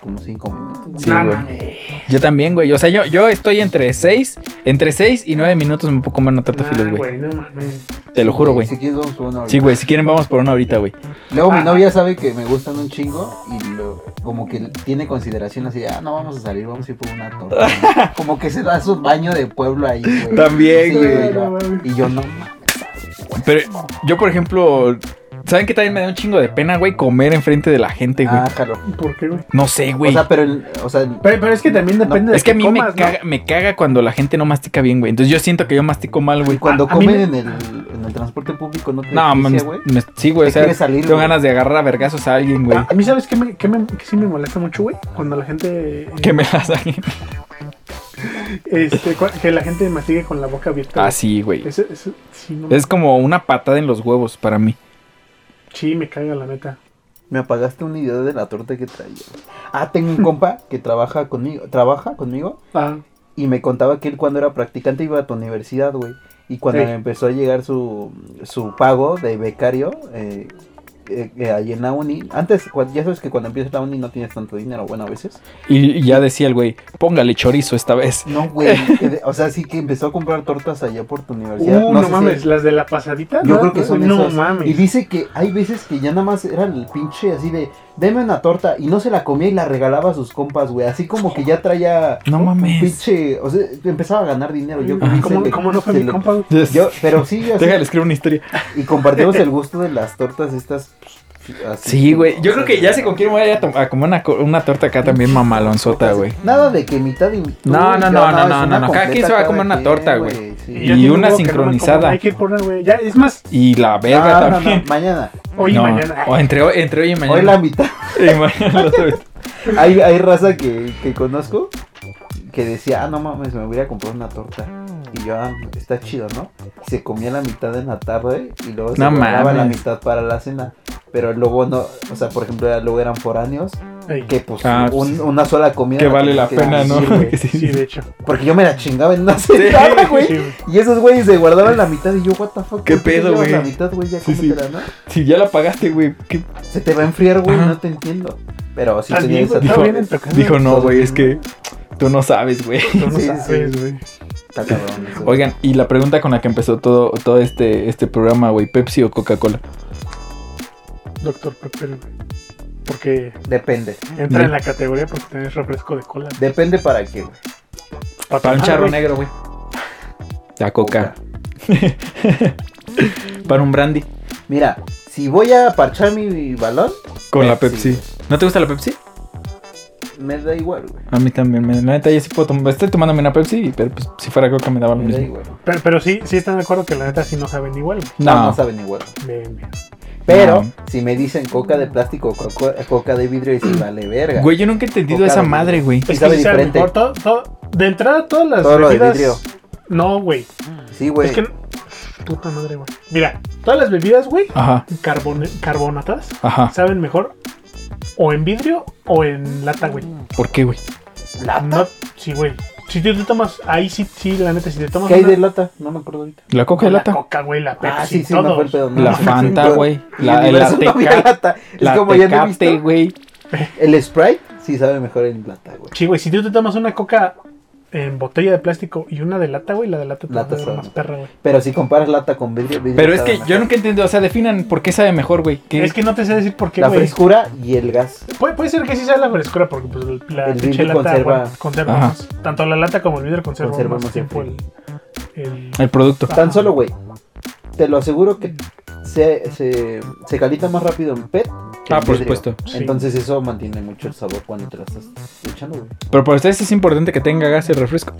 Como cinco minutos. Sí, no güey. mames. Yo también, güey. O sea, yo, yo estoy entre 6, entre 6 y 9 minutos me puedo comer una torta Nah, filos, güey. güey, no mames. Te lo juro, güey. Si quieres, vamos por una hora. Sí, güey, si quieren vamos por una ahorita, güey. Luego Ah. mi novia sabe que me gustan un chingo y lo- como que tiene consideración así, ah, no vamos a salir, vamos a ir por una torta. *laughs* ¿no? como que se da su baño de pueblo ahí, güey. También, Sí, güey. yo- mames. Y yo no. mames. Pero yo, por ejemplo, ¿saben que también me da un chingo de pena, güey, comer enfrente de la gente, güey? Ah, jalo. ¿Por qué, güey? No sé, O güey. sea, pero, el- o sea, Pero, pero es que también depende de es que a qué mí comas, me, caga, me caga cuando la gente no mastica bien, güey. Entonces yo siento que yo mastico mal, güey. cuando a- a mí comen en el, en el transporte público no te No, desquicia, mames, güey. me- sí, güey. Ah, Te O sea, quieres salir, tengo güey. ganas de agarrar a vergazos a alguien, güey. ¿no? A mí, ¿sabes qué, me, qué, me- qué sí me molesta mucho, güey? Cuando la gente. eh, *laughs* Que me las saquen. Este, cua- que la gente mastigue con la boca abierta. güey. Así, Ah, güey. Ese, ese- sí, no, Es como una patada en los huevos para mí. sí, me caga la neta. Me apagaste una idea de la torta que traía. Ah, tengo un compa que trabaja conmigo, trabaja conmigo Ah, y me contaba que él cuando era practicante iba a tu universidad, güey. Y cuando Sí. le empezó a llegar su, su pago de becario eh, eh, eh, ahí en la uni, antes, cu- ya sabes que cuando empiezas la uni no tienes tanto dinero, bueno, a veces. Y, y ya decía el güey, póngale chorizo esta vez. No, güey, *laughs* que de- o sea, sí que empezó a comprar tortas allá por tu universidad. Uh, no, sé si- mames, las de la pasadita. Yo ¿no? creo que son No esas. mames. Y dice que hay veces que ya nada más era el pinche así de, deme una torta y no se la comía y la regalaba a sus compas, güey. Así como que ya traía No mames. pinche, o sea, empezaba a ganar dinero. Yo creo que se Mm, ¿Cómo, le- cómo no fue se mi le- compa? güey? Yo, pero sí, así, Déjale, escribo una historia. y compartimos el gusto de las tortas estas. pues, así. Sí, güey. Yo creo que ya sé con quién me voy a, tom- a comer una, co- una torta acá también mamalonzota, güey. Nada de que mitad y mitad. No, no, no, no, no, no, no. Cada Cada quien se va a comer una torta, güey. sí. Y ya una tengo huevo que no me como, sincronizada. Hay que ir por una, güey. Ya, es más, Y la No, verga no, no, también. mañana. Hoy Ah, y No, mañana. O entre, hoy- entre hoy y mañana. Hoy la mitad. *laughs* *laughs* Y mañana la otra vez. Hay, hay raza que, que conozco que decía, ah, no mames, me voy a ir a comprar una torta. Y yo, ah, está chido, ¿no? Y se comía la mitad en la tarde y luego se No guardaba la mames. mitad para la cena. Pero luego no, o sea, por ejemplo, era- luego eran foráneos Ey, que pues Ah, un- pues, una sola comida. Que vale la tenías pena, Ah, ¿no? *laughs* dividir, güey. Que sí, Ah, Sí, sí. de hecho. Porque yo me la chingaba en una sentada, güey. Sí, güey. Y esos güeyes se guardaban la mitad y yo, what the fuck. ¿Qué ¿por te pedo, llevas güey? La mitad, güey, ya Sí, sí. cómetela, ¿no? *laughs* Si ya la pagaste, güey. ¿qué? Se te va a enfriar, güey, Ajá. no te entiendo. Pero Ah, sí Al tenía mismo esa Ah, dijo- estaba bien en tu casa, Dijo, no, güey, es que tú no sabes, güey. *laughs* tú no Sí, sabes, sí. güey. Está cabrón eso. Oigan, y la pregunta con la que empezó todo, todo este, este programa, güey, ¿Pepsi o Coca-Cola? Doctor Pepper, güey. Porque Depende. entra Sí. en la categoría porque tenés refresco de cola. Depende para qué, güey. Para un tomar, charro güey. negro, güey. La coca. *laughs* Para un brandy. Mira, si voy a parchar mi balón, Con la Pepsi. Pepsi. ¿No te gusta la Pepsi? me da igual, güey. A mí también. me- La neta, yo sí puedo tomar. Estoy tomándome una Pepsi, pero pues, si fuera coca me daba lo Me da mismo. igual. Pero, pero sí, sí están de acuerdo que la neta sí no saben igual. güey. No, No. no saben igual. Bien, bien. Pero No. si me dicen coca de plástico o coca, coca de vidrio, y si vale verga. Güey, yo nunca he entendido Coca, esa güey. madre, güey. Sí Es sabe que sí sabe diferente. mejor. Todo, todo- de entrada, todas las Todo lo de bebidas. vidrio. No, güey. Sí, güey. Es que. Puta madre, güey. Mira, todas las bebidas, güey, Ajá, carbone- carbonatas, ajá. saben mejor o en vidrio o en lata, güey. ¿Por qué, güey? ¿Lata? No, sí, güey. Si tú te tomas, ahí sí, sí, la neta, si te tomas. ¿Qué hay una- de lata? No me acuerdo ahorita. ¿La coca de la lata? Coca, güey, la Pepsi, Ah, sí, sí, todos. no fue el pedo. no. La Fanta, güey. La, el la universo no había Teca- lata. Es la como ya no he Tecate, visto. güey. El Sprite sí sabe mejor en plata, güey. Sí, güey, si tú te tomas una coca en botella de plástico y una de lata, güey, la de lata te va a Lata dar sabe. más perra, güey. Pero si comparas lata con vidrio, vidrio Pero es sabe que mejor. yo nunca he entendido. O sea, definan por qué sabe mejor, güey. ¿Qué- Es que no te sé decir por qué, La güey. frescura y el gas. Puede, puede ser que sí sea la frescura porque pues la El pinche vidrio lata conserva- bueno, conserva Ajá. más. Tanto la lata como el vidrio conservan Conserva más más tiempo el, el- El producto. Tan solo, güey. Te lo aseguro que se, se, se calienta más rápido en PET. que Ah, en por vidrio. supuesto. Sí. Entonces eso mantiene mucho el sabor cuando te la estás echando, güey. Pero para ustedes es importante que tenga gas el refresco.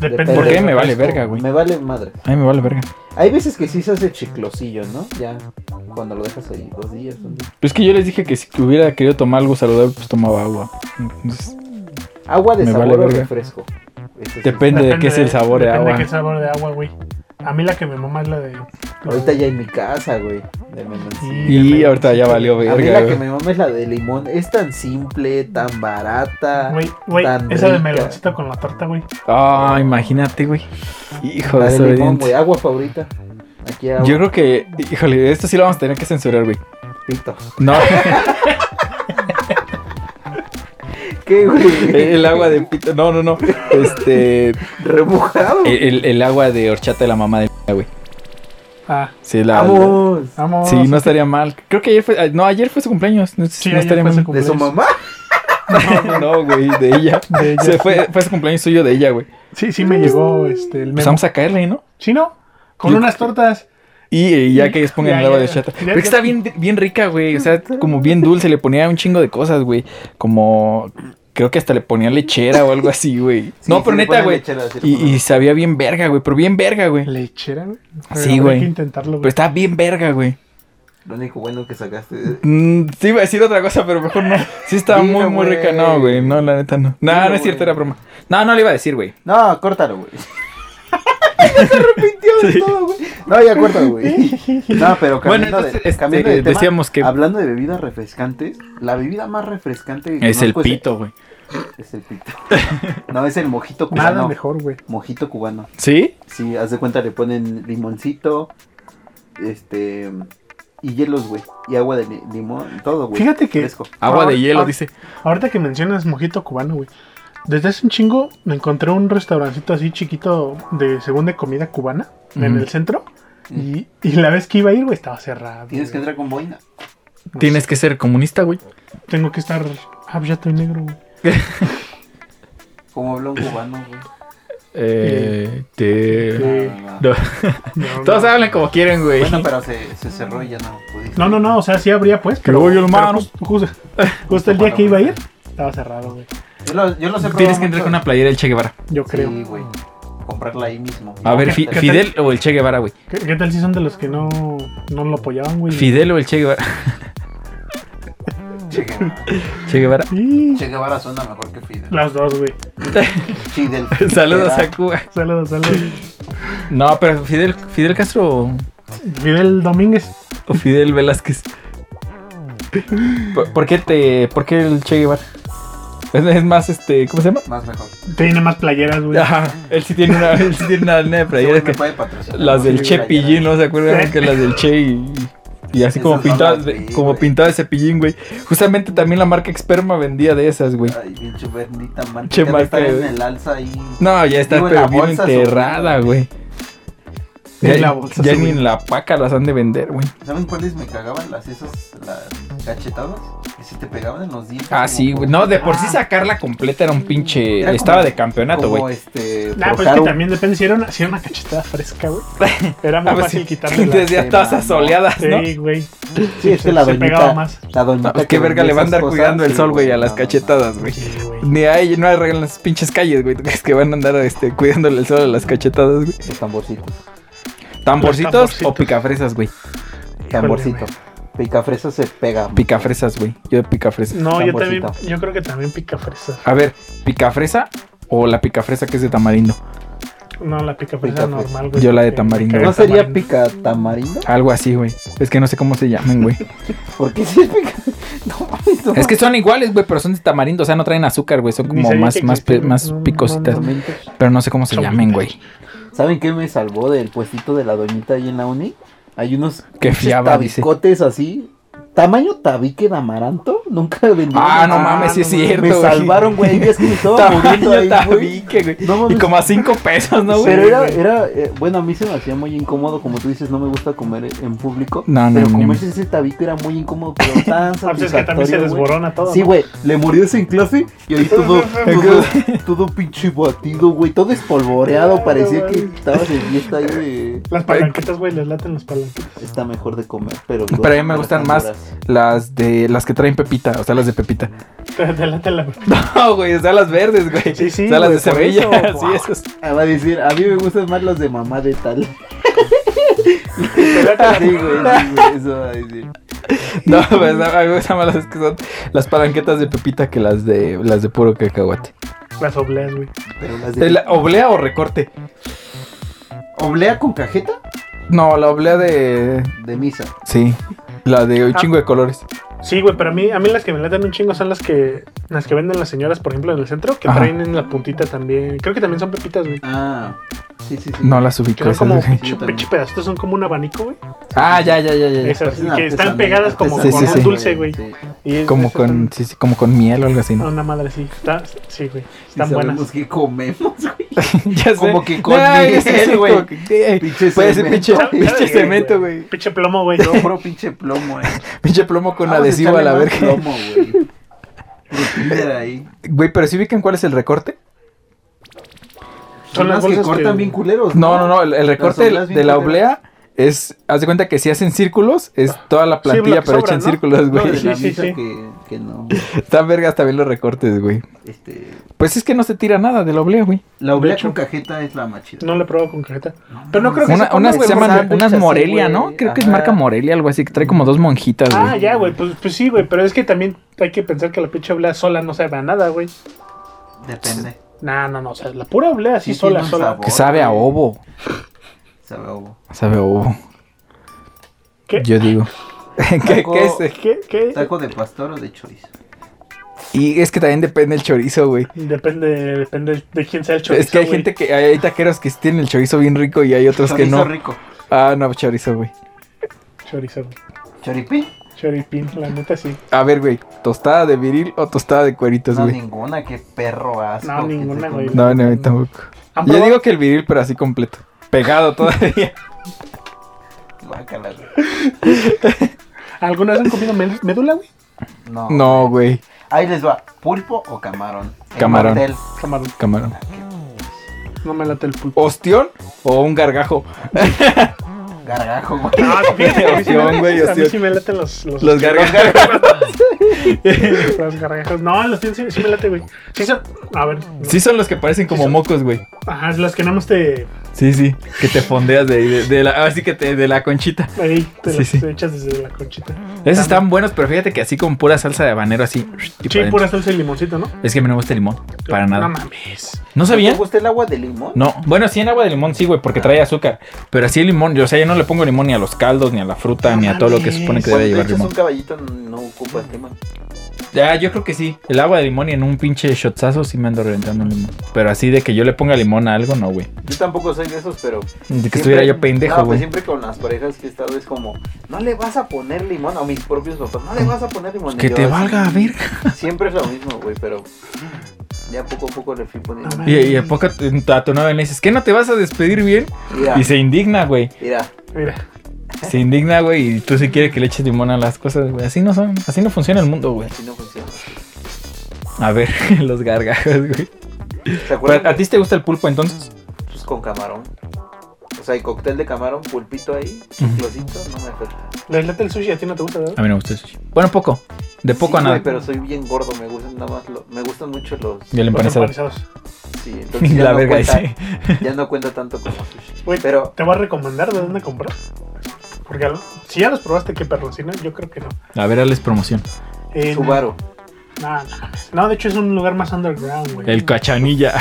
Depende ¿Por del qué? Me vale refresco. verga, güey. Me vale madre. A mí me vale verga. Hay veces que sí se hace chiclosillo, ¿no? Ya cuando lo dejas ahí dos días. un día. Pero es que yo les dije que si hubiera querido tomar algo saludable, pues tomaba agua. Entonces, Agua de Me sabor vale o verga. refresco. Eso sí. depende de qué es el sabor de depende agua. de qué sabor de agua, güey. A mí la que me mama es la de... Ahorita ya en mi casa, güey. De meloncillo. Y ahorita ya valió A mí la verga, que güey. me mama es la de limón. Es tan simple, tan barata. Güey, güey, tan esa de rica. meloncito con la torta, güey. Ah, imagínate, güey. Hijo La de de limón, desobediente. güey. Agua favorita. Aquí agua. Yo creo que, híjole, esto sí lo vamos a tener que censurar, güey. Pito. *laughs* No, ¿Qué, güey? Eh, el agua de pito. No, no, no. Este, Remojado. el, el agua de horchata de la mamá de güey. Ah, Sí, la, Vamos. vamos. Sí, no estaría mal. Creo que ayer fue. ah, No, ayer fue su cumpleaños. No, Sí, no ayer estaría fue su mal. ¿De su mamá? *laughs* No, güey, de ella. De ella. Se fue, fue su cumpleaños suyo de ella, güey. Sí, sí me llegó este, el Pues memo. vamos a caerle, ¿no? Sí, ¿no? Con Yo- unas tortas. Y, eh, ya que ellos pongan Ya, el agua ya, de ya. chata. Ya, Pero que ya. está bien, bien rica, güey. O sea, como bien dulce. Le ponía un chingo de cosas, güey. Como. Creo que hasta le ponía lechera o algo así, güey. Sí, No, sí pero le neta, ponen güey. lechera, sí le Y, ponen. y sabía bien verga, güey. Pero bien verga, güey. Lechera, güey. Sí, Habría güey. que intentarlo, Pero güey. está bien verga, güey. Lo único bueno que sacaste. Mm, sí, iba a decir otra cosa, pero mejor no. Sí, estaba Dilo, muy, muy güey. rica. No, güey. No, la neta no. No, Dilo, no es cierto, güey. era broma. No, no le iba a decir, güey. No, córtalo, güey. se arrepintió de todo, güey. No, ya córtalo, güey. No, Bueno, pero cambiando entonces, de, este, cambiando de tema, decíamos que- Hablando de bebidas refrescantes, la bebida más refrescante que Es el conozco pito, güey. Es el pito. *laughs* No, es el mojito Nada cubano. mejor, güey. Mojito cubano. ¿Sí? Sí, haz de cuenta, le ponen limoncito, este, y hielos, güey, y agua de li- limón, todo, güey. Fíjate que- Fresco. Agua de Ah, hielo, ah. dice. Ahorita que mencionas mojito cubano, güey. Desde hace un chingo me encontré un restaurancito así chiquito de segunda comida cubana en Ujú. el centro. Y, y la vez que iba a ir, güey, estaba cerrado. Tienes que güey. entrar con boina. No Tienes que ser comunista, güey. sé, Tengo que estar. Ah, pues ya estoy negro, güey. Como habló un cubano, güey. Eh, te... Eh, No, no, no. No. *laughs* No, Todos no. hablan como quieren, güey. Bueno, pero se, se cerró y ya no pudiste. No, no, no, o sea, sí habría pues. Pero, voy, hermano. pero justo, justo- justo el día que iba a ir, estaba cerrado, güey. Yo lo, yo los he probado Tienes que entrar mucho. con una playera del Che Guevara. Yo creo. Sí, güey. comprarla ahí mismo. A ver, Fi- ¿Qué tal? Fidel o el Che Guevara, güey. ¿Qué, qué tal si son de los que no, no lo apoyaban, güey? Fidel o el Che Guevara. Che Guevara. *laughs* Che Guevara. Sí, Che Guevara suena mejor que Fidel. Las dos, güey. Fidel. *laughs* Saludos Guevara. a Cuba. Saludos, saludos. No, pero Fidel, Fidel Castro o- Fidel Domínguez. o Fidel Velázquez. ¿Por, por qué te, por qué el Che Guevara? Es, es más, este, ¿cómo se llama? ah, Más mejor. Ese Tiene más playeras, güey. Ajá, él sí tiene una, él sí tiene una línea de güey playeras me que puede patrocinar. las del Sí, Che playera. Pillín, ¿no se acuerdan? Que las del Che y, y así como Esas son pintadas, las de- de- como güey. pintadas de cepillín, güey. Justamente también la marca Experma vendía de esas, güey. Ay, pinche bendita marca. Che Che marca, marca. en güey. el alza ahí. No, ya está Digo, en pero la bien bolsa, enterrada, supongo. güey. En Ya, la bolsa, ya sí, ni güey. en la paca las han de vender, güey. ¿Saben cuáles me cagaban? Las esas, las cachetadas. Que se te pegaban en los dientes. Ah, como sí, por- güey. No, de por sí Ah. sacarla completa era un pinche. Era como- estaba de campeonato, como, güey. este. Nah, pues es forjar que un- también depende. Si era una, si era una cachetada fresca, güey. Era A muy ver fácil si- *laughs* quitarle la. Desde hasta esas ¿no? soleadas, ¿no? Sí, güey. *laughs* Sí, es que la se pegaba doñita. más. La doñita. No, pues que qué verga vendía le va a esas andar cosas, cuidando el sí, sol, güey, a no, las no, no. cachetadas, güey. Sí, güey. Ni ahí no arreglan las pinches calles, güey. *laughs* ¿Tú crees que van a andar este, cuidándole el sol a las cachetadas, güey? Los tamborcitos. ¿Tamborcitos, o tamborcitos. picafresas, güey? Tamborcito. Picafresa se pega. Picafresas, güey. Yo de picafresas. No, yo también. Tamborcito. Yo creo que también pica fresa. A ver, ¿picafresa o la picafresa que es de tamarindo? No, la pica fresa Pica fresa. normal, güey. Yo la de porque tamarindo. me caga ¿No el sería tamarindo. pica tamarindo? Algo así, güey. Es que no sé cómo se llaman, *laughs* güey. Porque si es pica. *laughs* No, mames, no es que son iguales, güey, pero son de tamarindo. O sea, no traen azúcar, güey. Son Ni como sabía más, que más, pe- existían. más No, no, picositas. no, mames. Pero no sé cómo se Son- llamen, güey. ¿Saben qué me salvó del puestito de la doñita ahí en la uni? Hay unos Que pinches fiaba, dice. tabicotes así. Tamaño tabique de amaranto. *laughs* Nunca vendí. Ah, no Ah, mames, sí es no mames. cierto, Me güey. *laughs* salvaron, güey. Es que me estaba muriendo Tamaño ahí, güey. tabique, güey. No mames. Y como a cinco pesos, ¿no, güey? pero era, güey. era eh, bueno, a mí se me hacía muy incómodo, como tú dices, no me gusta comer en público. No, no, pero ni comerse ese tabique era muy incómodo, *laughs* pero tan Ah, pues es que también se satisfactorio, güey. desborona todo. Sí, ¿no? güey, le murió eso en clase y ahí *laughs* todo, todo, todo pinche batido, güey, todo espolvoreado, parecía que estabas en fiesta ahí de... Las palanquetas, güey, les laten las palanquetas. Está mejor de comer, pero... Pero a mí me gustan más las de las que traen pepita, o sea, las de pepita. *laughs* *laughs* Te, te laten la No, güey, o sea, las verdes, güey. Sí, sí, O sea, las de güey, por cebolla, *laughs* eso. sí, esas. Ah, va a decir, a mí me gustan más las de mamá de tal. Sí, Te laten güey, *laughs* sí, güey, eso va a decir. No, pues, a mí me gustan más las que son las palanquetas de pepita que las de las de puro cacahuate. las obleas, güey. Pero las de... ¿De la oblea o recorte? ¿Oblea con cajeta? No, la oblea de De misa. sí, la de un Ah. chingo de colores. Sí, güey, pero a mí, a mí las que me laten un chingo son las que las que venden las señoras, por ejemplo, en el centro, que Ajá. traen en la puntita también. Creo que también son pepitas, güey. Ah, sí, sí, sí. No las Que ubico son esas, como güey. pinche también. pinche pedacitos, son como un abanico, güey. Ah, ya, ya, ya, ya. ya. Esas, Parecen que están artesanales, pegadas como Sí, con sí, un sí. dulce, güey. Sí. Y es- Como esas con son- sí, sí, como con miel o algo así, Ah, ¿no? Una madre, sí. Está, sí, güey. Están Y sabemos buenas. que comemos, güey. *laughs* ya sé. Como que con Ay, miel, sí, sí, güey. como que- Ey, Pinche Puede ser cemento. pinche, ¿Sabe- sabe *laughs* pinche qué, cemento, güey. Pinche plomo, *laughs* güey. No, bro, pinche plomo, eh. Pinche plomo Ah, con pues Vamos adhesivo a echarle la Ah, pues, más verga. Plomo, *laughs* güey. Frutilla ahí. Güey, pero si ubican cuál es el recorte. Son las que bolsas cortan que- bien culeros. No, no, no, el, el recorte de, obleas bien de la culeras. oblea es, haz de cuenta que si hacen círculos, es toda la plantilla, Ah. que pero sobra, hecha en ¿no? círculos, No, güey. de la Sí, sí, misa sí. Que, que no. Están vergas también los recortes, güey. Este, Pues es que no se tira nada de la oblea, güey. la oblea hecho. con cajeta es la más chida. No le pruebo con cajeta. Pero no creo que Una- sea como unas que se un llaman, sándwich unas así, Morelia, güey. ¿no? Creo que es Ajá. marca Morelia, algo así, que trae como dos monjitas, güey. Ah, ya, güey. Pues, pues sí, güey. Pero es que también hay que pensar que la pinche oblea sola no sabe a nada, güey. Depende. No, no, no. O sea, la pura oblea así Sí, sola, tiene un sola. sabor. que sabe a ovo. Sabe a ovo. Sabe a ovo, ¿Qué? yo *laughs* digo. ¿Qué, Taco- qué es? ¿Qué? ¿Qué? ¿Taco de pastor o de chorizo? Y es que también depende el chorizo, güey. Depende, depende de quién sea el chorizo. Es que hay güey. gente que, hay taqueros que sí tienen el chorizo bien rico y hay otros que chorizo no. rico. Ah, no, chorizo, güey. Chorizo, güey. ¿Choripín? Choripín, la neta sí. A ver, güey, tostada de viril o tostada de cueritos, No, güey. ninguna, qué perro asco. No, que te ninguna, come. güey. No, no, tampoco. ¿Han Yo probado? digo que el viril, pero así completo. Pegado todavía. Guácala, güey. ¿Alguna vez han comido mel- médula, güey? No. *laughs* No, güey. Ahí les va, pulpo o camarón. En Camarón. Mortel. Camarón. Camarón. No me late el pulpo. ¿Ostión o un gargajo? Gargajo, güey. No, fíjate que a mí Ah, sí me Oh, *laughs* Ostión, güey, late- a mí ostión. sí me laten los, los, Los gargajos. *laughs* Las gargajas. No, los tíos sí, sí me late, güey. Sí son- a ver. Sí son los que parecen como mocos, güey. Ajá, las que nada más te. Sí, sí. Que te fondeas de, de, de la... Así que te, de la conchita. Ahí te Sí, las sí. echas desde la conchita. Esos están buenos, pero fíjate que así con pura salsa de habanero así. *sniffs* y Sí, para pura adentro. salsa y limoncito, ¿no? Es que a mí no me gusta el limón. Para No nada. mames. ¿No ¿Te sabían? gusta el agua de limón? No, bueno, sí en agua de limón, sí, güey, porque trae azúcar. Pero así el limón, yo, o sea, yo no le pongo limón ni a los caldos, ni a la fruta, No ni a todo lo que mames. se supone que Cuando debe llevar te echas limón. un caballito no ocupa tema. Ya, yo creo que sí. El agua de limón y en un pinche shotzazo sí me ando reventando un limón. Pero así de que yo le ponga limón a algo, no, güey. Yo tampoco soy de esos, pero... De que siempre- estuviera yo No, pendejo, pues güey. siempre con las parejas que he estado es como, no le vas a poner limón a mis propios papás, no le vas a poner limón. que Y yo te así, valga, a ver. Siempre es lo mismo, güey, pero ya poco a poco le fui poniendo. No Y, y a poco tu- a tu novia le dices, ¿qué no te vas a despedir bien? Mira, Y se indigna, güey. mira, Mira. Se indigna, güey. Y tú sí quieres que le eches limón a las cosas, güey. Así no son, así no funciona el mundo, güey. así no funciona. A ver, *laughs* los gargajos, güey. ¿Se acuerdan? Pero, ¿A ti te gusta el pulpo entonces? Pues con camarón. O sea, el cóctel de camarón, pulpito ahí, Ujú. closito, no me afecta. Les late el sushi, a ti no te gusta, ¿verdad? A mí no me gusta el sushi. Bueno, poco. De poco Sí, a nada. güey, pero soy bien gordo, me gustan nada más, lo- me gustan mucho los... Y el Los empanizado. empanizados. Sí, entonces *laughs* ya la no verga, cuenta- dice. Ya no cuenta tanto *laughs* como sushi. Güey, Pero Te voy a recomendar de dónde comprar. Porque al- si ya los probaste, qué perro. Si no, yo creo que no. A ver, hazles promoción. En- Subaru. No, no, mames. no, de hecho es un lugar más underground, güey. El cachanilla. *laughs*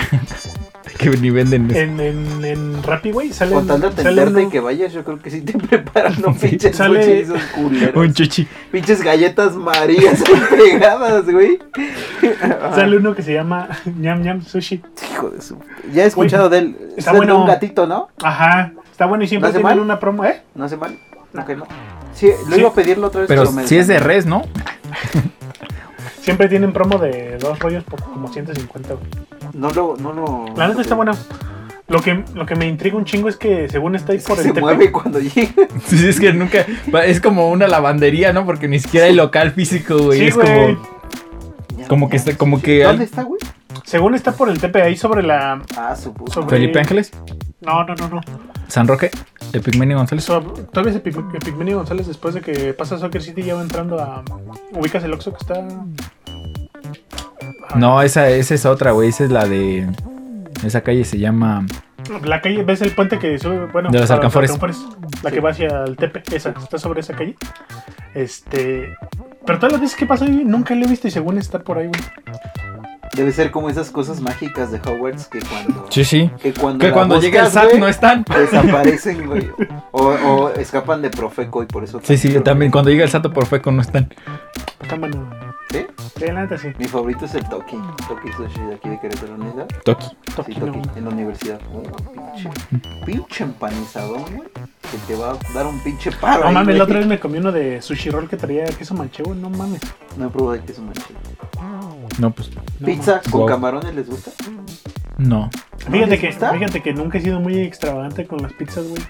que ni *laughs* venden. En, en, en Rappi, güey, sale. Con tal de sale atenderte y uno- que vayas, yo creo que sí te *laughs* preparan un Sí, pinches sale- sushi de esos Un culeros. chuchi. Pinches galletas marías *laughs* pegadas, güey. Sale uno que se llama *laughs* Ñam Ñam Sushi. Este Hijo de su... Ya he escuchado de él. Es está de bueno. un gatito, ¿no? Ajá, está bueno y ¿No siempre hace tienen mal? una promo, ¿eh? No hace mal. No. Ok, no. Sí, lo Sí. iba a pedirlo otra vez. Pero me si es de desanimé. res, ¿no? *laughs* Siempre tienen promo de dos rollos por como 150, güey. No lo... No lo La neta está buena. Lo que, lo que me intriga un chingo es que según está ahí Es que por el se Tepe- mueve cuando llega. *laughs* Sí, sí, es que nunca. va- Es como una lavandería, ¿no? Porque ni siquiera hay local físico, güey. Sí, es güey. como. Como que está- como que ¿Dónde al- está, güey? Según está por el TP ahí sobre la. Ah, su puta. Sobre- Felipe Ángeles, No, no, no, no. San Roque, Epigmenio González. So- todavía es Epic- Epigmenio González después de que pasa Soccer City ya va entrando a. Ubicas el Oxxo que está. Ah, No, esa, esa es otra, güey. Esa es la de. Esa calle se llama. La calle, ¿ves el puente que sube? Bueno, De los a- alcanfores. La que Sí. va hacia el Tepe, esa, está sobre esa calle. Este. Pero todas las veces que pasa ahí, nunca lo he visto y según está por ahí, güey. Debe ser como esas cosas mágicas de Hogwarts que cuando... Sí, sí. Que cuando, Que la cuando llega el buscas, SAT güey, no están. Desaparecen, güey. O, o escapan de Profeco y por eso... Sí, sí, también. Cuando llega el SAT por feco no están. Está bueno. ¿Sí? Sí, la neta sí. Mi favorito es el Toki. Toki Sushi de aquí de Querétaro Unida. Toki. Sí, Toquino. Toki, en la universidad. Oh, pinche, pinche empanizadón, güey. Que te va a dar un pinche paro. No ahí, mames, güey. la otra vez me comí uno de sushi roll que traía queso manchego, no mames. No he probado el queso manchego. No, pues. No Pizza con Wow. camarones les gusta. No. mames. Fíjate ¿les que, gusta? fíjate que nunca he sido muy extravagante con las pizzas, güey.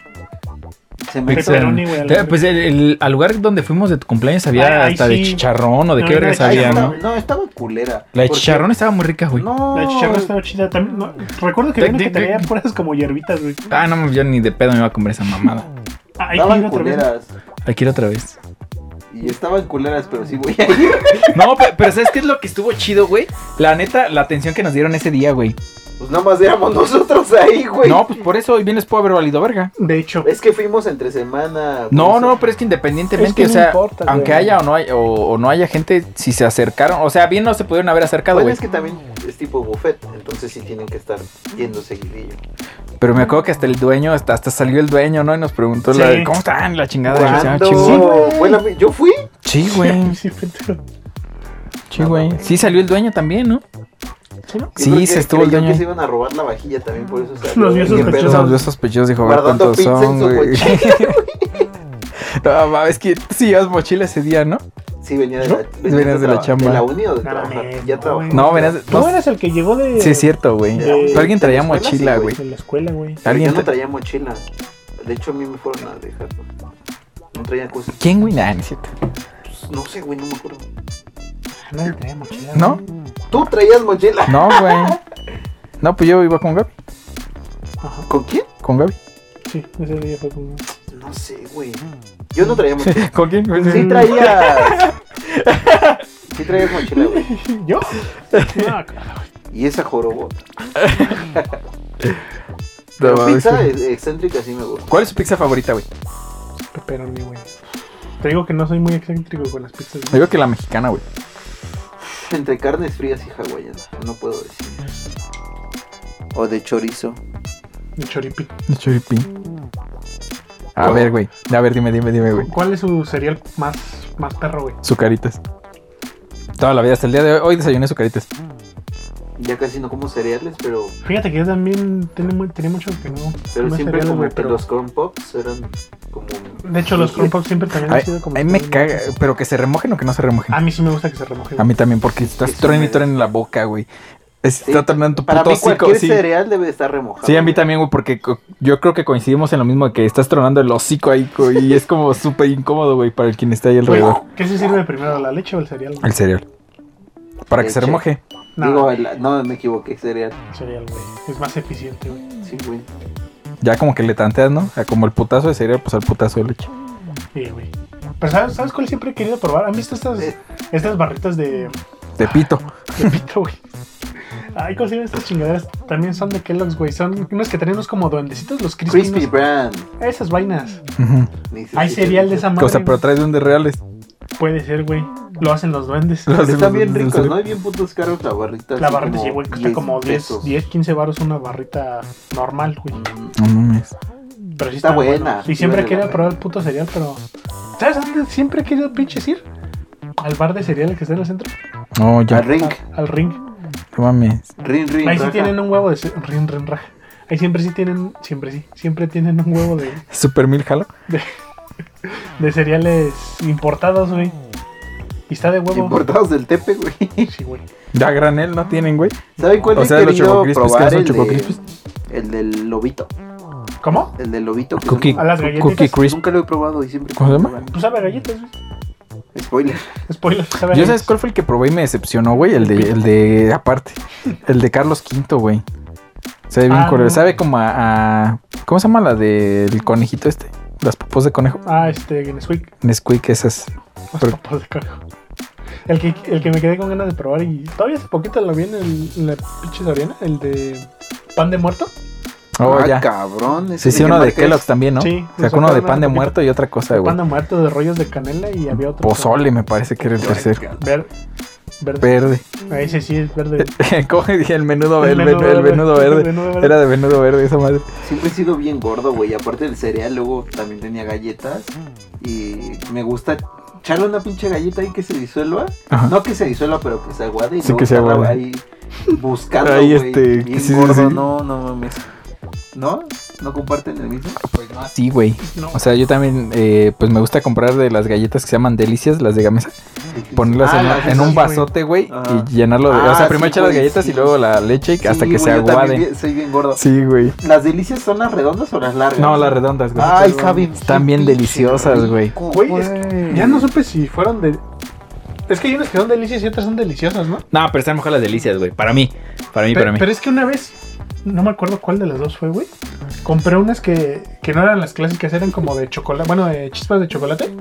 Se me Pizza. hizo- Pepperoni, güey, a la Eh, Pues el, el- al lugar donde fuimos de tu cumpleaños había Ah, ahí hasta de sí. chicharrón o de No, qué no, verga ahí sabía, estaba- ¿no? ¿no? estaba culera. La de Porque- chicharrón estaba muy rica, güey. No. La chicharra estaba chida. También, no, recuerdo que había una que traía puras como hierbitas, güey. Ah, no, yo ni de pedo me iba a comer esa mamada. Ah, hay que ir Estaban otra vez. culeras. Hay que ir otra vez. Y estaban culeras, pero sí voy a ir. No, pe- pero, ¿sabes qué es lo que estuvo chido, güey? La neta, la atención que nos dieron ese día, güey. Pues nada más éramos nosotros ahí, güey. No, pues por eso hoy bien les puedo haber valido verga. De hecho, Es que fuimos entre semana. No, por no, eso. pero Pues, es que independientemente, Es que o no sea, importa, güey. aunque haya o no, haya, o, o no haya gente, si se acercaron, o sea, bien no se pudieron haber acercado, Bueno, güey. es que también es tipo buffet, entonces sí tienen que estar yendo seguidillo. Pero me acuerdo que hasta el dueño, hasta, hasta salió el dueño, ¿no? Y nos preguntó, la Sí. de, ¿cómo están? La chingada. Y yo, ah, ¿Cuándo? chingón. Fue la- yo fui. Sí, güey. *laughs* sí, pendejo. Sí, güey. Sí salió el dueño también, ¿no? Sí, ¿no? Yo Sí, creo que se estuvo el creyó dueño. que se ahí. iban a robar la vajilla también, por eso Los vio Qué pedo. sospechosos. Los vio sospechosos, dijo, a ver Guardando cuántos pizza en son, su güey. mochila. *laughs* No, mames, es que tú sí llevas mochila ese día, ¿no? Sí, venía de ¿No? la, Venías de la traba- chamba. ¿De la uni o de No, trabajar? mames, Ya no, trabajaba. No, venías Eh, de- Tú eres el que llegó de. Sí, es cierto, güey. De- Pero alguien de traía la escuela, mochila, sí, güey. De la escuela, güey. Alguien Yo no tra- traía mochila. De hecho, a mí me fueron a dejar. ¿no? No traía cosas. ¿Quién, güey? Nah, no es cierto. No sé, güey, no me acuerdo. Nadie traía mochila. ¿No? güey. ¿Tú traías mochila? No, güey. No, pues yo iba con Gaby. Ajá. ¿Con quién? ¿Con *laughs* Gaby? Sí, ese día fue como. No Mm. *laughs* sé, güey. Yo no traía mochila. ¿Con quién? Mm. *laughs* Sí traía. Sí traes mochila, güey? *laughs* ¿Yo? No, claro. Y esa jorobota. No, Pero mames, pizza güey. ex- excéntrica sí me gusta. ¿Cuál es su pizza favorita, güey? Pepperoni, güey. Te digo que no soy muy excéntrico con las pizzas. Yo güey. digo que la mexicana, güey. Entre carnes frías y hawaianas, no puedo decir. O de chorizo. De choripi. El choripín. A ver, güey. A ver, dime, dime, dime, güey. ¿Cuál es su cereal más, más perro, güey? Sucaritas. Toda la vida, hasta el día de hoy, hoy desayuné sucaritas. Ya casi no como cereales, pero, Fíjate que yo también tiene, mu- tiene mucho que no. pero no siempre cereales, como güey, que pero- los corn pops eran como... De hecho, los crump Pops siempre también Ay, han sido como. Ah, A mí me caga, pero que se remojen o que no se remojen. A mí sí me gusta que se remoje. A güey. mí también, porque estás Sí, sí, truene y me- truene en la boca, güey. Sí. Está tratando Para puto mí hocico. cualquier Sí. cereal debe estar remojado. Sí, a mí güey. también, güey, porque co- yo creo que coincidimos en lo mismo de que estás tronando el hocico ahí, güey, y es como súper incómodo, güey, para el quien está ahí Güey, alrededor. ¿Qué se sirve primero, la leche o el cereal? güey? El cereal. Para que se Leche. remoje. No, Digo, la- no, me equivoqué, cereal. el cereal, güey. Es más eficiente, güey. Sí, güey. Ya como que le tanteas, ¿no? O sea, como el putazo de cereal, pues al putazo de leche. Sí, güey. Pero ¿sabes, ¿sabes cuál siempre he querido probar? ¿Han visto estas, Eh. estas barritas de, Te pito. de pito, güey? Ay, ¿cómo se llaman estas chingaderas? También son de Kellogg's, güey. Son unos que tenemos como duendecitos, los crispy. Crispy Brand. Esas vainas. Ujú. Ni se- Hay ni se cereal de dice. esa madre. O sea, pero traes de reales. Puede ser, güey. Lo hacen los duendes. Lo hacen los- Están bien los ricos, cereal. ¿no? Y bien putos caros la barrita. La así barrita, sí, güey, cuesta como 10, pesos. 10, 15 baros una barrita normal, güey. No mames. Pero sí Está está, buena. buena, Y sí vale siempre la quería pena. probar el puto cereal, pero. ¿Sabes a dónde siempre he querido pinches ir? Al bar de cereales que está en el centro. No, ya. Al ring, a- al ring. No mames. ring, ring. Ahí sí raja. tienen un huevo de. ce- Ring, ring, raja. Ahí siempre sí tienen. Siempre sí. Siempre tienen un huevo de, Super mil jalo. de cereales importados, güey. Y está de huevo. Importados del Tepe, güey. *laughs* Sí, güey. Ya granel no tienen, güey. ¿Saben cuál O he sea, los querido Choco Crispies, ¿qué probar? son El, Choco de- Crispies? el del lobito. ¿Cómo? El del lobito. que Cookie, son- A las galletitas. cookie crisp. Nunca lo he probado y siempre. ¿Cómo se llama? Pues sabe a galletas, güey. Spoiler. Spoiler, sabe a Yo galletas. sabes cuál fue el que probé y me decepcionó, güey. El de, el de aparte. El de Carlos V, güey. Sabe bien Ah, culero. no. Sabe como a, a- ¿Cómo se llama la del conejito este? Las popos de conejo. Ah, este, Guinness Nesquik, esas. Los *laughs* Pero- papas de conejo. El que, el que me quedé con ganas de probar y todavía hace poquito lo vi en, el, en la pinche Soriana, el de pan de muerto. Oh, ah, ya. cabrón. ese Sí, sí, qué uno de marca Kellogg's es? también, ¿no? Sí, Sacó uno de pan sacaron hace de poquito. muerto y otra cosa, güey. Pan de muerto de rollos de canela y había otro. Pozole, me parece que era el tercero. Ver- verde. Verde. Ah, Ese sí es verde. *laughs* Coge dije, el menudo El verde. El, menudo el verde. menudo El verde. menudo verde. Era de menudo verde esa madre. Siempre he sido bien gordo, güey. Aparte del cereal, luego también tenía galletas. Y me gusta echarle una pinche galleta ahí que se disuelva. Ajá. No que se disuelva, pero que se aguade. Y Sí, luego que se estarla aguade. Ahí buscando, Ahí, güey. este, que Bien sí, sí, gordo, sí. no, no mames. ¿No? ¿No comparten el mismo? Sí, güey. No. O sea, yo también, eh, pues me gusta comprar de las galletas que se llaman delicias, las de gamesa. ponerlas Ah, en, las en esas, un güey. vasote, güey, Ajá. y llenarlo de. o Ah, sea, primero sí, echar las güey, galletas sí. y luego la leche y hasta Sí, que güey, se yo también aguaden. bien- soy bien gordo. Sí, güey. ¿Las delicias son las redondas o las largas? No, las redondas, güey. Ay, saben. Están bien pinche deliciosas, güey. rico, Güey, es que ya no supe si fueron de. Es que hay unas que son delicias y otras son deliciosas, ¿no? No, pero están mejor las delicias, güey. Para mí. Para mí, Pe- pero, es que una vez, no me acuerdo cuál de las dos fue, güey. Compré unas que, que no eran las clásicas, eran como de chocolate, bueno, de chispas de chocolate.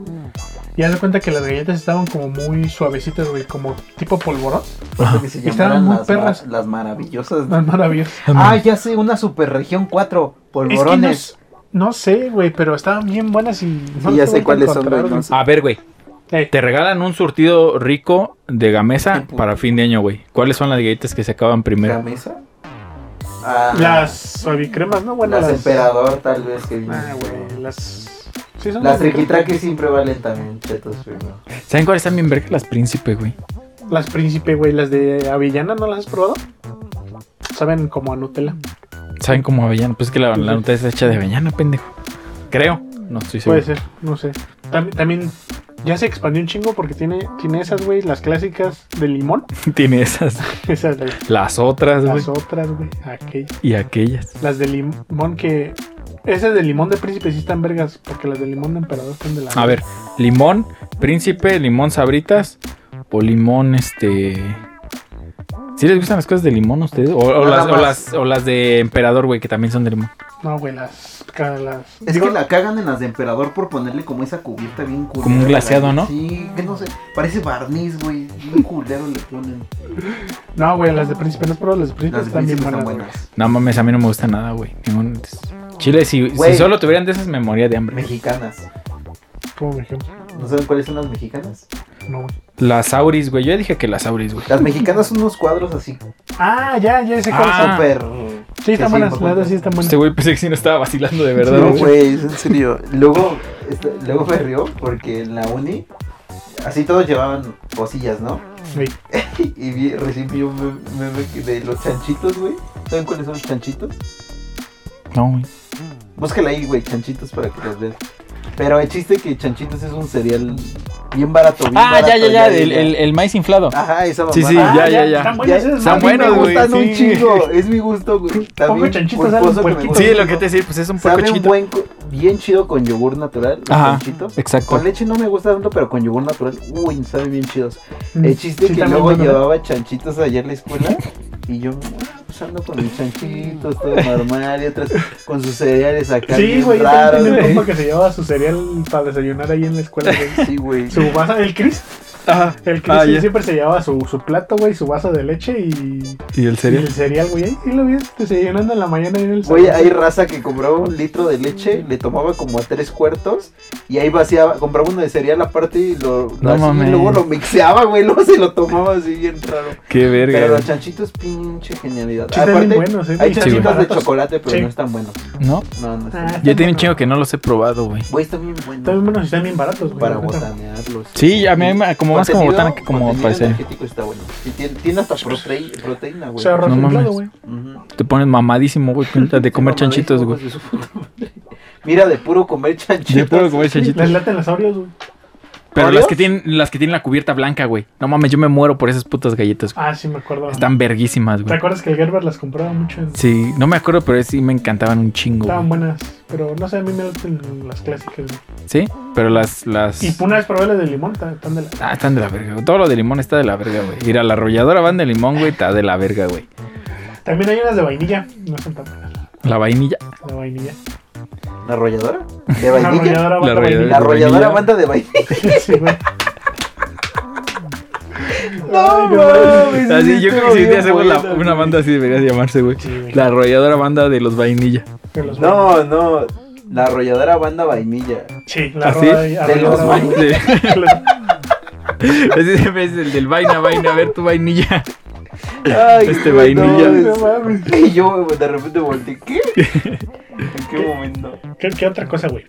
Y haz de cuenta que las galletas estaban como muy suavecitas, güey, como tipo polvorón. *laughs* Creo que se llamaran Estaban muy las, perras. ma- las maravillosas. Más maravillosas. Ah, ya sé, una super región 4, Es que no, *laughs* polvorones. no sé, güey, pero estaban bien buenas y. No Sí, las ya he sé vuelto a cuáles son, encontrar, güey. no güey. sé. A ver, güey. Ah, Eh, Te regalan un surtido rico de gamesa Tipo. para fin de año, güey. ¿Cuáles son las galletas que se acaban ¿La primero? mesa? Ah, Las suavicremas, ¿no? Bueno, las, las. emperador, tal vez. Que Ah, güey, las. Sí, son Las triquitraques siempre valen también chetos primero. ¿Saben cuáles están bien verga? Las príncipe, güey. Las príncipe, güey, las de avellana, ¿no las has probado? Saben como a Nutella. ¿Saben cómo avellana? Pues es que la, la nota está hecha de avellana, pendejo. Creo. No estoy seguro. Puede ser, no sé. Tam- también ya se expandió un chingo porque tiene, tiene esas, güey, las clásicas de limón. *laughs* *laughs* Tiene esas. Esas, de, Las otras, Pues, güey. las otras, güey, aquellas. Y aquellas. Las de limón que... Esas de limón de príncipe sí están vergas, porque las de limón de emperador están de la... A ver, limón, príncipe, limón sabritas o limón este ¿Sí les gustan las cosas de limón a ustedes? O, o Nada las, o, más. las, o las de emperador, güey, que también son de limón. No, güey, las. ca- las Es digo, que la cagan en las de emperador por ponerle como esa cubierta bien culera. Como un glaseado, ¿no? Sí, que no sé. Parece barniz, güey. Un culero le ponen. No, güey, las de príncipe. No has probado las de príncipe. Las de Están bien príncipe buenas. están güey. buenas. No mames, a mí no me gusta nada, güey. Ningún... Chile, si, si Güey. solo tuvieran de esas, me moría de hambre. Mexicanas. Como me dijeron. ¿No saben cuáles son las mexicanas? No, güey. Las auris, güey. Yo dije que las auris, güey. Las mexicanas son unos cuadros así. Ah, ya, ya sé cuáles Ah, son. Súper. Sí, están sí, buenas. por La favor. verdad, sí están buenas. Este güey pensé que sí no estaba vacilando de verdad, No, güey. güey, es en serio. Luego, este, luego me rió porque en la uni, así todos llevaban cosillas, ¿no? Güey, *laughs* Y vi, recibí un meme- meme que- de los chanchitos, güey. ¿Saben cuáles son los chanchitos? No, güey. Búscala ahí, güey, chanchitos para que los veas. Pero el chiste que chanchitos es un cereal bien barato, bien Ah, barato, ya, ya, ya. El, el- el maíz inflado. Ajá, esa mamada. Sí, sí, Ah, ya, ya, ya, ya. están buenas. Ya, esas, a están mí güey. buenas, me güey, gustan un sí. chingo, es mi gusto, güey. Está Pongo bien chanchitos, salen culposo que me puerquitos. gusta. Sí, lo que te decía, pues es un puerco Sabe un chiquito. buen, co- bien chido con yogur natural, los Ajá, chanchitos. exacto. Con leche no me gusta tanto, pero con yogur natural, uy, saben bien chidos. Mm, El chiste sí, que están luego bien buenas. llevaba chanchitos allá en la escuela y yo ah, pues ando con mis chanchitos, todo normal, y otras con sus cereales acá. Sí, bien güey, yo raros, también tenía un güey. compa que se llevaba su cereal para desayunar ahí en la escuela, güey. Sí, güey. Su vaso, el Chris, Ajá. el Chris Ah, sí, ya. siempre se llevaba su, su plato, güey, su vaso de leche y, ¿Y el y cereal? el cereal, güey. Ahí sí lo vi desayunando en la mañana ahí en el Güey, salón. hay raza que compraba un litro de leche, le tomaba como a tres cuartos y ahí vaciaba, compraba uno de cereal aparte y lo, lo No así, mames. y luego lo mixeaba, güey, luego se lo tomaba así bien raro. Qué verga. Pero güey. los chanchitos, pinche genialidad. Sí, están bien buenos, eh, hay güey. Sí, chanchitos güey. *laughs* de chocolate, pero Sí. no están buenos. ¿No? No, no están Ah, buenos. Ya tiene un chingo que no los he probado, güey. Güey, están bien Están buenos bien buenos y están bien baratos, güey. ah, para la neta. botanearlos. Sí, a mí me- como más como Contenido- botana que como contenido parecer. energético está bueno. Y tiene, tiene hasta protei- proteína, O güey. sea, arroz No inflado, mames. güey. Ujú. Te pones mamadísimo, güey, con de comer Mamadísimo, chanchitos, güey. hijos de su puta madre. Mira, de puro comer chanchitos. Yo puedo comer chanchitos. Las latas las Oreos, güey. Pero las ¿Oreos? que tienen, las que tienen la cubierta blanca, güey. No mames, yo me muero por esas putas galletas, güey. Ah, sí, me acuerdo. Están verguísimas, ¿Te güey. acuerdas que el Gerber las compraba mucho? en- Sí, no me acuerdo, pero sí me encantaban un chingo. Estaban güey. buenas, pero no sé, a mí me gustan las clásicas, güey. Sí, pero las, las. Y una vez probé las de limón, ta- están de la... Ah, están de la verga. güey. Todo lo de limón está de la verga, güey. Mira, la arrolladora van de limón, güey, está de la verga, güey. También hay unas de vainilla, no están tan buenas. La vainilla. La vainilla. ¿La arrolladora? ¿De La vainilla? arrolladora, La la arrolladora. La vainilla. arrolladora Vainilla. banda de vainilla. *laughs* Sí, güey. Ay, *laughs* mames, Así, sí, yo creo estuvo que si te bien hacemos la- buena, una güey. banda así debería llamarse, güey. Sí, güey. La arrolladora banda de los vainilla. De los vainilla. No, no. La arrolladora banda vainilla. Sí, la ¿Así? arroba- arrolladora, los güey. ¿Ah, De- *laughs* Ese siempre es el del vaina, vaina, a ver tu vainilla. Ay, Este güey, vainilla. no, No mames. es- *laughs* Y yo de repente volteé. *laughs* ¿Qué? ¿En qué momento? *laughs* ¿Qué, qué otra cosa, güey?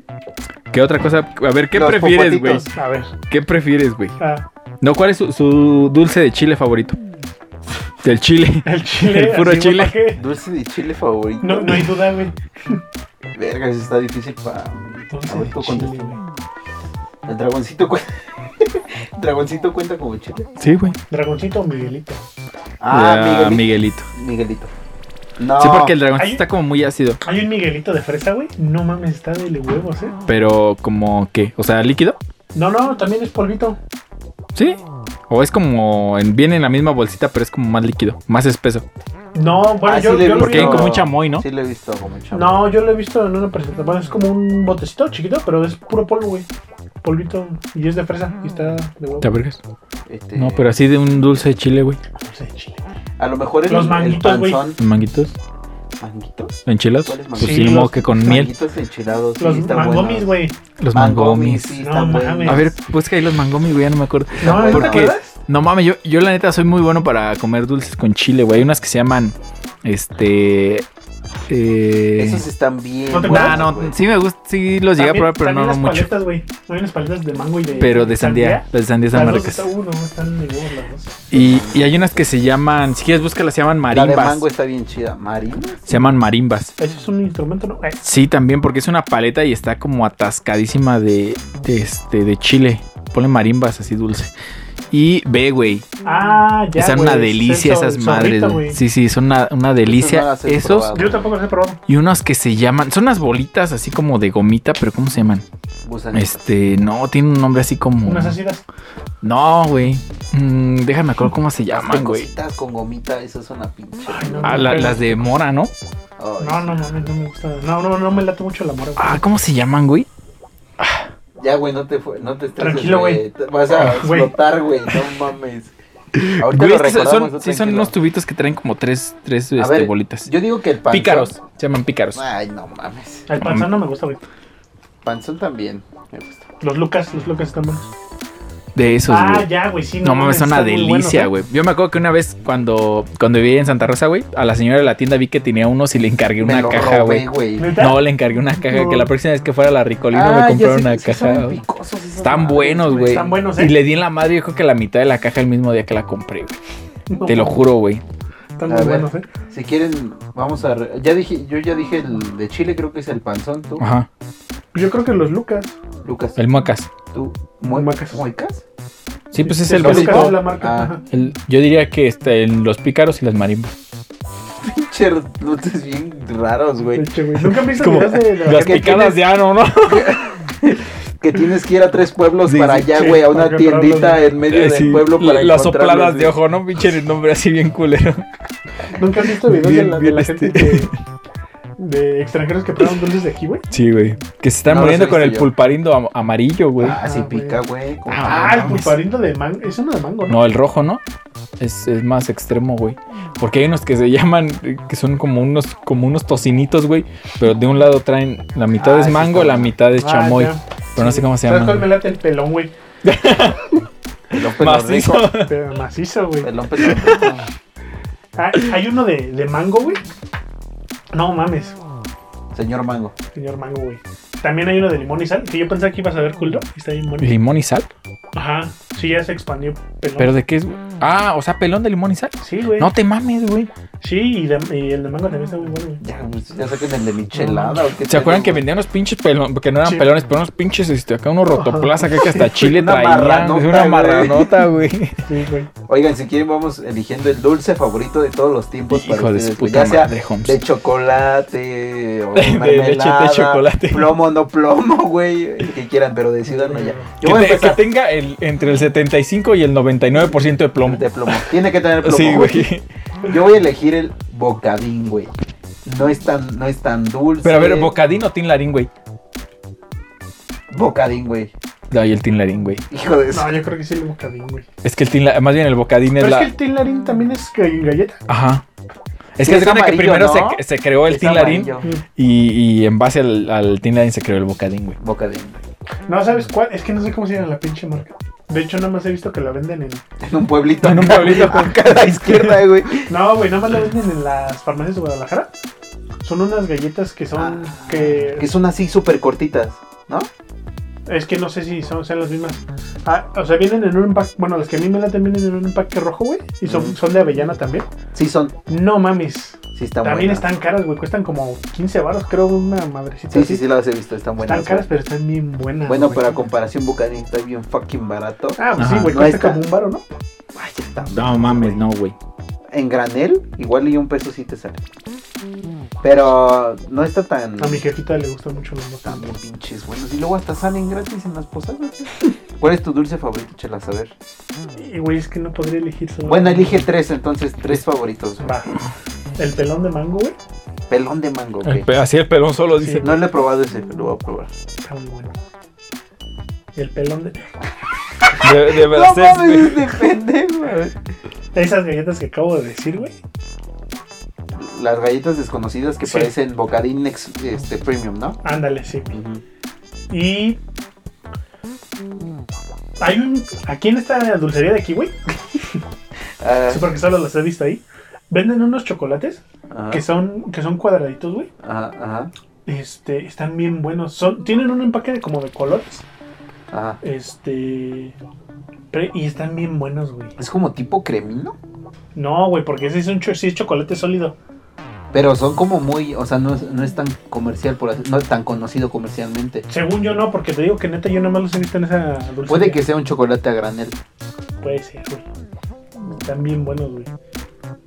¿Qué otra cosa? A ver, ¿qué Los prefieres, güey? popotitos. A ver. ¿Qué prefieres, güey? ah, No, ¿cuál es su, su dulce de chile favorito? Del chile. el chile. El puro así, güey, chile. ¿pa' qué? Dulce de chile favorito. No, no hay duda, güey. Verga, eso está difícil para. Dulce A ver, de tú chile, contesta. güey. El dragoncito cuenta. *laughs* dragoncito cuenta como chile. Sí, güey. Dragoncito o Miguelito. Ah, Ah, Miguelito. Miguelito. Miguelito. No. Sí, porque el dragón Hay- está como muy ácido. Hay un Miguelito de fresa, güey. No mames, está de huevos, eh. Pero como qué? O sea, líquido. No, no, también es polvito. Sí. O es como en- viene en la misma bolsita, pero es como más líquido, más espeso. No, bueno, Ah, sí yo, le he yo lo visto. Porque hay vi. como un chamoy, ¿no? Sí, lo he visto como chile. No, yo lo he visto en una presentación. Bueno, es como un botecito chiquito, pero es puro polvo, güey. Polvito. Y es de fresa. Y está de huevo. ¿Te vergas? Este, No, pero así de un dulce de chile, güey. Dulce de chile. A lo mejor el, Los el manguitos, güey. panzón. Manguitos, ¿Manguitos? enchilados. ¿Cuáles Pues manguitos? sí, ni modo Los- que con miel. Manguitos enchilados. sí, Los están mangomis, buenos. güey. Los mangomis. sí, No están mames. buenos. A ver, busca ahí los mangomis, güey, ya no me acuerdo. No, ¿Por no, Porque, qué? no mames, yo, yo la neta soy muy bueno para comer dulces con chile, güey. Hay unas que se llaman, este... Eh... Esos están bien. ¿No te Nah, buenos, no, güey. sí me gusta, sí los llegué Pues a probar, También- pero no, también no las mucho. paletas, güey. No hay unas paletas de mango y de. Pero de sandía, las de sandía Las están dos marcas. está uno, están de huevos las dos. Y, y hay unas que se llaman, si quieres búscalas, se llaman La de marimbas. mango está bien chida. ¿Marimbas? Se llaman marimbas. Ese es un instrumento, ¿no? Eh, Sí, también, porque es una paleta y está como atascadísima de, de, este, de chile. Pone marimbas así dulce. Y ve, güey. Ah, ya. Están güey, una delicia es el esas sor- madres, sorbito, güey. Sí, sí, son una, una no delicia. las he Esos probado. Yo tampoco los he probado. y unos que se llaman. Son unas bolitas así como de gomita, pero ¿cómo se llaman? Gusanitos. Este, no, tiene un nombre así como. Unas ácidas. No, güey. Mm, déjame acuerdo cómo se llaman, Estas güey. cositas con gomita, eso es una pinche. Ay, no. Ah, la- las de mora, ¿no? Ay, No, no, no, no me gusta. No, no, no me late mucho la mora, güey. Ah, ¿cómo se llaman, güey? Ya, güey, no te, fue- no te estreses, Tranquilo, güey. Te- Vas a Ah, güey. explotar, güey. No mames. Ahorita Güey, lo estos recordamos. son, tú sí, son tranquilo. unos tubitos que traen como tres, tres A este, ver, bolitas. Yo digo que el panzón. Pícaros, se llaman pícaros. Ay, no mames. El panzón no me gusta, güey. Panzón también. Me gusta. Los Lucas, los Lucas están buenos. De esos, ah, güey. ya, güey, sí. No mames, son una están muy delicia, buenos, ¿eh? güey. Yo me acuerdo que una vez cuando, cuando vivía en Santa Rosa, güey, a la señora de la tienda vi que tenía unos y le encargué Me una lo caja, robé, güey. güey. ¿Neta? No, le encargué una caja, No. que la próxima vez que fuera a la Ricolino Ah, me ya compraron sé, una es que caja. saben güey. picosos esos Están madres, buenos, güey. Están buenos, ¿eh? Y le di en la madre, yo creo que la mitad de la caja el mismo día que la compré, güey. No, Te lo juro, güey. Están A muy ver. buenos, eh. Si quieren, vamos a. re- Ya dije, yo ya dije el de Chile, creo que es el panzón, tú. Ajá. Yo creo que los Lucas. Lucas, El muecas. tú. Mue- Muecas. ¿Muecas? *laughs* Sí, pues es Sí, el los Lucas vasito. es la marca. Ah. ajá. El- yo diría que este, en los pícaros y las marimbas. Pinche lotes bien raros, güey. *laughs* Leche, güey. Nunca han visto Como videos de Las que picadas tienes- de ano, ¿no? Que tienes que ir a tres pueblos Sí, para sí, allá, sí, güey, a para una comprarlos, tiendita güey. en medio del Eh, Sí, pueblo para Las encontrarlos, sopladas de güey. ojo, ¿no? Pinche el nombre así bien culero. Nunca has visto videos Bien, de la, de bien, la este. gente que- de extranjeros que prueban dulces de aquí, güey. Sí, güey. Que se están No los he muriendo con visto el yo. pulparindo am- amarillo, güey. Ah, sí Ah, güey. pica, güey. como- Ah, Ah, el mames. pulparindo de mango. Es uno de mango, ¿no? No, el rojo, ¿no? Es, es más extremo, güey. Porque hay unos que se llaman, eh, que son como unos, como unos tocinitos, güey. Pero de un lado traen, la mitad Ah, es eso mango, está la bueno. mitad es Ah, chamoy. ya. pero no sé cómo se ¿Sabes cuál llama. me late el *laughs* pelón, güey? Pelón pelón Macizo. rico. Pero macizo, güey. Pelón pelón rico. Ah, hay uno de, de mango, güey. No mames, Señor Mango. señor mango, güey. También hay uno de limón y sal, que yo pensaba que ibas a ver culto. y Está bien bonito. Limón y sal. Ajá, sí, ya se expandió. Pelón. ¿Pero de qué es, güey? Ah, o sea, pelón de limón y sal. Sí, güey. No te mames, güey. Sí, y, de- y el de mango también está muy bueno, güey. Ya, pues, ya saquen el de michelada. ¿o qué ¿Se acuerdan que pedo, güey? vendían unos pinches pelones? Porque no eran Sí. pelones, pero unos pinches, este, acá unos rotoplaza, acá que hasta Chile Una traían. marranota, Es una güey. marranota, *laughs* güey. Sí, güey. Oigan, si quieren vamos eligiendo el dulce favorito de todos los tiempos para Hijo de su ustedes. güey. puta Ya Pues, sea madre, Holmes. de chocolate o *laughs* De- de mermelada, leche de chocolate. Plomo no plomo, güey, el que quieran, pero decidan ya. Que, Yo voy a te- que empezar tenga el, entre el 75 y el 99% de plomo. de plomo. Tiene que tener plomo. Sí, güey. güey. Yo voy a elegir el bocadín, güey. No es tan, no es tan dulce. Pero a ver, ¿bocadín o tinlarín, güey? Bocadín, güey. Ay, el tinlarín, güey. Hijo de eso. No, yo creo que sí el bocadín, güey. Es que el tinlarín, más bien el bocadín es Pero es la... que el tinlarín también es que en galleta. Ajá. Es Sí, que es se supone que amarillo, primero ¿no? se, se creó el Es tinlarín amarillo. Mm. y, y en base al, al tinlarín se creó el bocadín, *laughs* güey. Bocadín, güey. No, ¿sabes cuál? Es que no sé cómo se llama la pinche marca. De hecho, nada más he visto que la venden en En un pueblito. En un pueblito. Acá a la izquierda, güey. No, güey, nada más la venden en las farmacias de Guadalajara. Son unas galletas que son. Ah, que. Que son así súper cortitas, ¿no? Es que no sé si son, sean las mismas. Ah, o sea, vienen en un empaque. Bueno, las que a mí me laten vienen en un empaque rojo, güey. Y son, Ujú. son de avellana también. Sí son, No mames. sí están también buenas. están caras, güey. Cuestan como 15 baros, creo, una madrecita. Sí, así. sí, sí las he visto, están buenas. Están caras, güey. pero están bien buenas. Bueno, güey. pero a comparación Bucanín está bien fucking barato. Ah, pues sí, Ajá. güey, No cuesta está. como un baro, ¿no? Ay, ya está. *laughs* No mames, no, güey. En granel, igual y un peso sí te sale. Pero no está tan... A mi jefita le gustan mucho los Están bocados. bien pinches buenos. Y luego hasta salen gratis en las posadas. *laughs* güey. ¿Cuál es tu dulce favorito, Chelas? A ver. Y, güey, es que no podría elegir solo. Bueno, elige tres, entonces, tres favoritos. güey. Va. El pelón de mango, güey. Pelón de mango, güey. El pe- así el pelón solo Sí. dice. No lo he probado ese, lo voy a probar. Está muy bueno. El pelón de. De, de verdad, güey. de pendejo. güey. Esas galletas que acabo de decir, güey. Las galletas desconocidas que Sí. parecen bocadín ex- este, premium, ¿no? Ándale, sí. güey. Y. Hay un. Aquí en esta dulcería de aquí, güey. Ah, Sí, porque solo las he visto ahí. Venden unos chocolates ajá, que son, que son cuadraditos, güey. ajá, ajá, Este, están bien buenos. Son, tienen un empaque de como de colores. ajá. Este. pre- y están bien buenos, güey. Es como tipo cremino, No, güey, porque ese es un cho- sí es chocolate sólido. pero son como muy, o sea, no es, no es tan comercial, por así, no es tan conocido comercialmente. Según yo no, porque te digo que neta yo nomás los he visto en esa dulcería. Puede que sea un chocolate a granel. puede ser, güey. Están bien buenos, güey.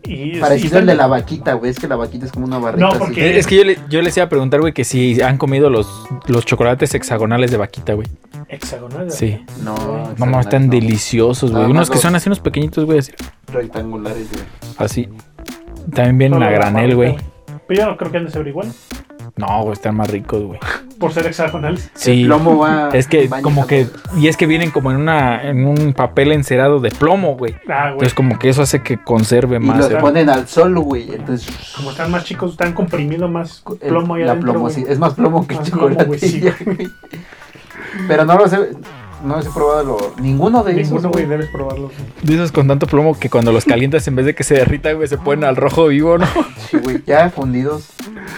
Y y Parecido están- al de la vaquita, güey. Es que la vaquita es como una barrita. No, así. porque- Eh, Es que yo, le- yo les iba a preguntar, güey, que si han comido los, los chocolates hexagonales de vaquita, güey. Hexagonal. Sí. No, No mames, están no. deliciosos, güey. Nada Unos más que los- son así, unos pequeñitos, güey, así. Rectangulares, güey. así. También vienen Solo a la granel, barrita, güey. Pero yo no creo que han de ser igual. No, güey, están más ricos, güey. Por ser hexagonales. Sí. El plomo va. Es que va como que inyectando. y es que vienen como en una en un papel encerado de plomo, güey. Ah, güey. Entonces como que eso hace que conserve Y más. eh. los el- ¿verdad? ponen al sol, güey. Entonces. Como están más chicos, están comprimidos más el- plomo ahí la adentro, plomo, güey. sí, Es más plomo que Más chocolate. plomo, güey, sí, güey. Pero no los he. No los he probado lo- ninguno de esos. Ninguno, güey, güey. debes probarlo. güey. De esos con tanto plomo que cuando los calientas en vez de que se derrita, güey, se ponen al rojo vivo, ¿no? Sí, güey, ya fundidos.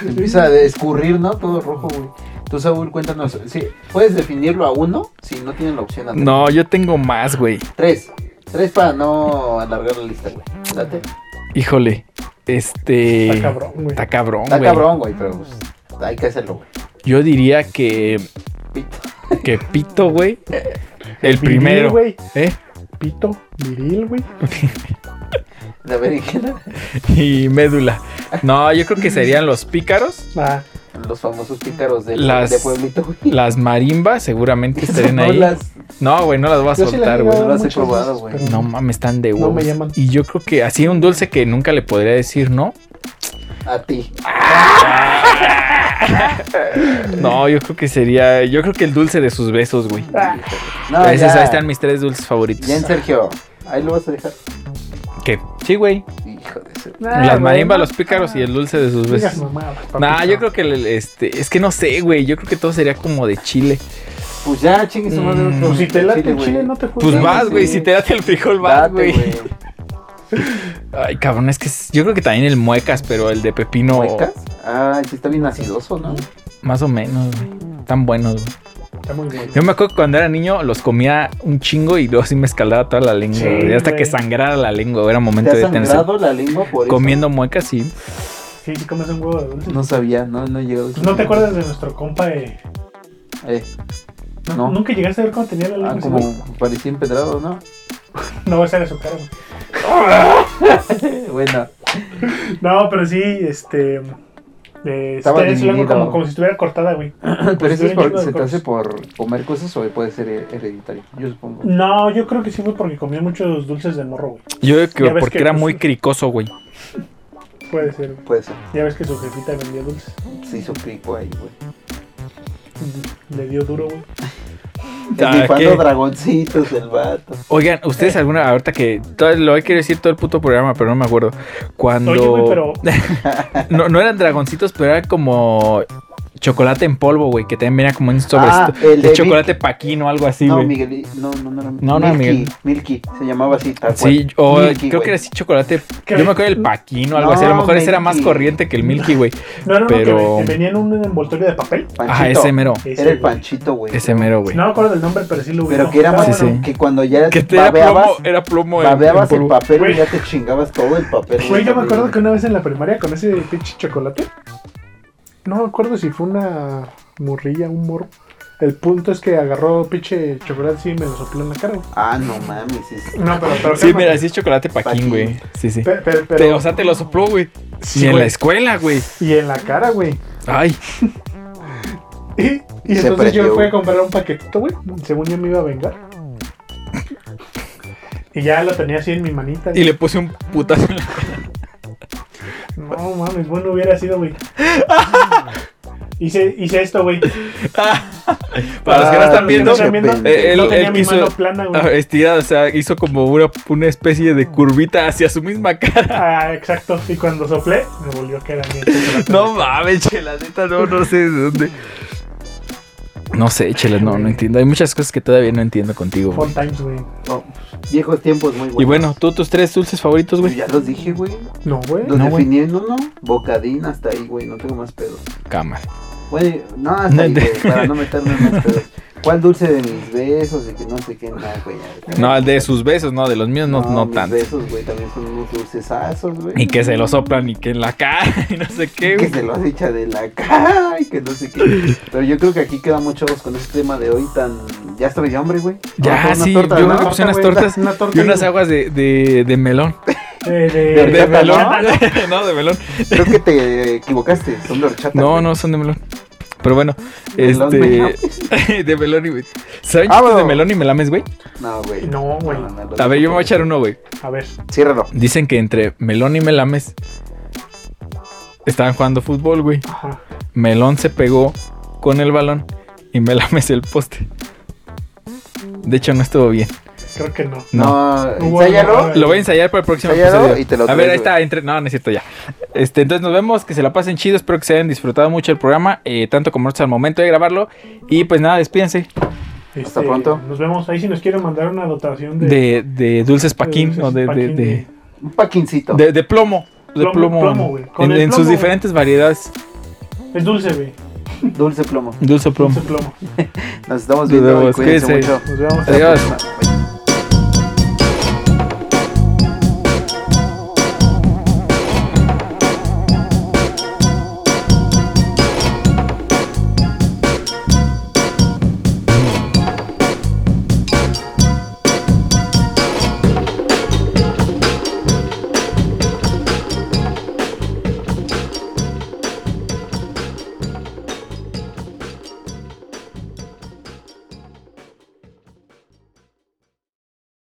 Empieza a escurrir, ¿no? Todo rojo, güey. Tú, Saúl, cuéntanos. Sí, ¿Puedes definirlo a uno si no tienen la opción? a tres? No, yo tengo más, güey. Tres. Tres para no alargar la lista, güey. Date. Híjole. Este Está cabrón, güey. Está cabrón, Está güey. cabrón, güey, pero pues, hay que hacerlo, güey. Yo diría que Pito. que pito, *laughs* güey. El Viril, primero, güey. ¿eh? Pito, viril, güey. La berenjena. *laughs* Y médula. No, yo creo que serían los pícaros, Ah, Los famosos pícaros de, Las- de Pueblito, *laughs* güey. las marimbas, seguramente estarían No ahí. las- No, güey, no las voy a yo sí la he soltar, güey. llevado las he muchas probado, veces, güey. pero No mames, están de No huevos. me llaman. Y yo creo que así un dulce que nunca le podría decir no. A ti. No, yo creo que sería. Yo creo que el dulce de sus besos, güey. Ah, No, Esos, ya. Ah. ahí están mis tres dulces favoritos. Bien, Sergio. Ahí lo vas a dejar. ¿Qué? Sí, güey. Hijo de su... Nah, Las Ah, güey, marimbas, no. los pícaros y el dulce de sus Digas besos. mamadas, papi. Nah, yo creo que el- el, este. Es que no sé, güey. Yo creo que todo sería como de chile. Pues ya, chingue su madre. Mm. otro Pues si te late el güey. chile, no te juzgues. Pues Sí, vas, sí. güey. Si te das el frijol, vas, Date, güey. güey. Ay, cabrón, es que es- yo creo que también el muecas, pero el de pepino. ¿Muecas? Ah, sí está bien acidoso, ¿no? Más o menos, güey. Tan buenos, güey. Está muy bueno. Em- Yo me acuerdo que cuando era niño los comía un chingo y luego sí me escaldaba toda la lengua. Sí, güey, hasta güey. que sangrara la lengua. Era ¿Te momento has de tensión. sangrado la lengua por eso? Comiendo muecas y Sí, sí comes un huevo de dulce. No sabía, no, no he llegado. a- ¿No te acuerdas de nuestro compa? eh? Eh, ¿No- No. ¿Nunca llegaste a ver cómo tenía la lengua? ah, ese como güey? parecía empedrado, ¿no? No va a ser de su cara, güey. Eh, bueno, No, pero sí, este. eh, Estaba sí, es algo dividido. como, como si estuviera cortada, güey. Pues pero eso tuviera es un por, chingo de se te cosas. hace por comer cosas o puede ser he- hereditario, yo supongo. Mm, No, yo creo que sí fue porque comí muchos dulces de morro, güey. yo creo que Ya ves porque que era pues- muy cricoso, güey. Puede ser. güey. Puede ser, Ya ves que su jefita vendía dulces. se hizo pico ahí, güey. Le dio duro, güey. Ah, Esnifando ¿qué? dragoncitos del vato. Oigan, Eh. ustedes alguna ahorita que todo- lo he querido decir todo el puto programa, pero no me acuerdo. Cuando Oye, güey, pero. *laughs* no, no eran dragoncitos, pero era como chocolate en polvo, güey, que también venía como en un Ah, sobrecito el de de chocolate paquín o algo así, no, güey. Miguel, no, no, no era No, no era Miguel. Milky, se llamaba así, tal Sí, cual. o Milky, creo güey. que era así chocolate. ¿Qué? Yo me acuerdo del paquín o algo No, así. A lo mejor ese era más Milky. corriente que el Milky, *laughs* güey. No, no, no, que pero- ven- que venía en un envoltorio de papel. Panchito. Ajá, ese mero. Ese, Era el güey. panchito, güey. Ese mero, güey. No me acuerdo del nombre, pero sí lo vi. Pero que era Ah, más Sí, sí. que cuando ya Que te era plomo, babeabas, era plomo en- en babeabas el polvo. papel Güey. y ya te chingabas todo el papel. Güey, yo me acuerdo que una vez en la primaria con ese pinche chocolate. No me acuerdo si fue una morrilla, un morro. El punto es que agarró pinche chocolate así y me lo sopló en la cara. güey. Ah, no mames, es... No, pero, pero Sí, calma. mira, sí es chocolate paquín, Paquín. güey. Sí, sí. Pe- pero- pero- Te- o sea, te lo sopló, güey. y sí, en güey. la escuela, güey. Y en la cara, güey. Ay, Y, y Se entonces prendió, yo fui a güey. comprar un paquetito, güey. Según yo me iba a vengar. Y ya lo tenía así en mi manita. y le puse un putazo. en la- *laughs* No mames, bueno hubiera sido, *laughs* güey. hice, hice esto, güey. *laughs* Para los que no Ah, están no viendo, sé. eh, él- no tenía él mi quiso- mano plana, güey. ah, estirada, o sea, hizo como una, una especie de curvita hacia su misma cara. Ah, exacto. Y cuando soplé, me volvió a quedar bien. *laughs* No mames, chela, neta, no, no sé de dónde. No sé, chela, no, no entiendo. Hay muchas cosas que todavía no entiendo contigo, güey. Fun times, güey. Oh, viejos tiempos muy buenos. Y bueno, tú tus tres dulces favoritos, Pues güey. ya los dije, güey. No, güey. Los No, güey. definí en uno, bocadín hasta ahí, güey, no tengo más pedos. Cámara. *laughs* Güey, no, hasta ahí, güey, para no meterme en más pedos. ¿Cuál dulce de mis besos? Y que no sé qué, nada, güey. ya. No, el de sus besos, no, de los míos no, no mis tanto. besos, güey, también son unos dulcesazos, güey. Y que se lo soplan y que en la cara *laughs* y no sé qué. Que güey. se lo has hecho de la cara y que no sé qué. Pero yo creo que aquí quedamos chavos con este tema de hoy tan. Ya estoy de hambre, güey. Ya, Vamos por una sí, torta, yo ¿no? creo que puse unas tortas Una torta y unas aguas de, de, de melón. Eh, de, De De horchata, melón. ¿no? *laughs* No, de melón. Creo que te equivocaste, son de horchata. No, güey. no, son de melón. Pero bueno, Melón, melón. este. De melón y. güey. ¿Saben Ah, chistes de bueno. melón y melames, güey? No, güey. No, güey. A ver, yo me voy a echar uno, güey. A ver. Ciérralo. Dicen que entre melón y melames estaban jugando fútbol, güey. Ajá. Melón se pegó con el balón y melames el poste. De hecho, no estuvo bien. Creo que no. No. No, Hubo ensáyalo. algo- Lo voy a ensayar para el próximo Ensáyalo episodio. y te lo a ver, traes, ahí güey. está. Entre... No, no es cierto ya. Este, entonces nos vemos. Que se la pasen chido. Espero que se hayan disfrutado mucho el programa. eh, tanto como nosotros al momento de grabarlo. Y pues nada, despídense. Este, pronto. Nos vemos. Ahí si nos quieren mandar una dotación de. De, de dulces paquín dulces o de, de, Paquín, de, Un paquincito. de- de plomo. De Plomo, plomo. plomo, güey. Con en el en sus plomo. diferentes variedades. Es dulce, güey. Dulce plomo. Dulce plomo. Dulce plomo. Nos Nos estamos viendo. vemos, Cuídense cuídense. mucho. Nos vemos. Adiós. Bye.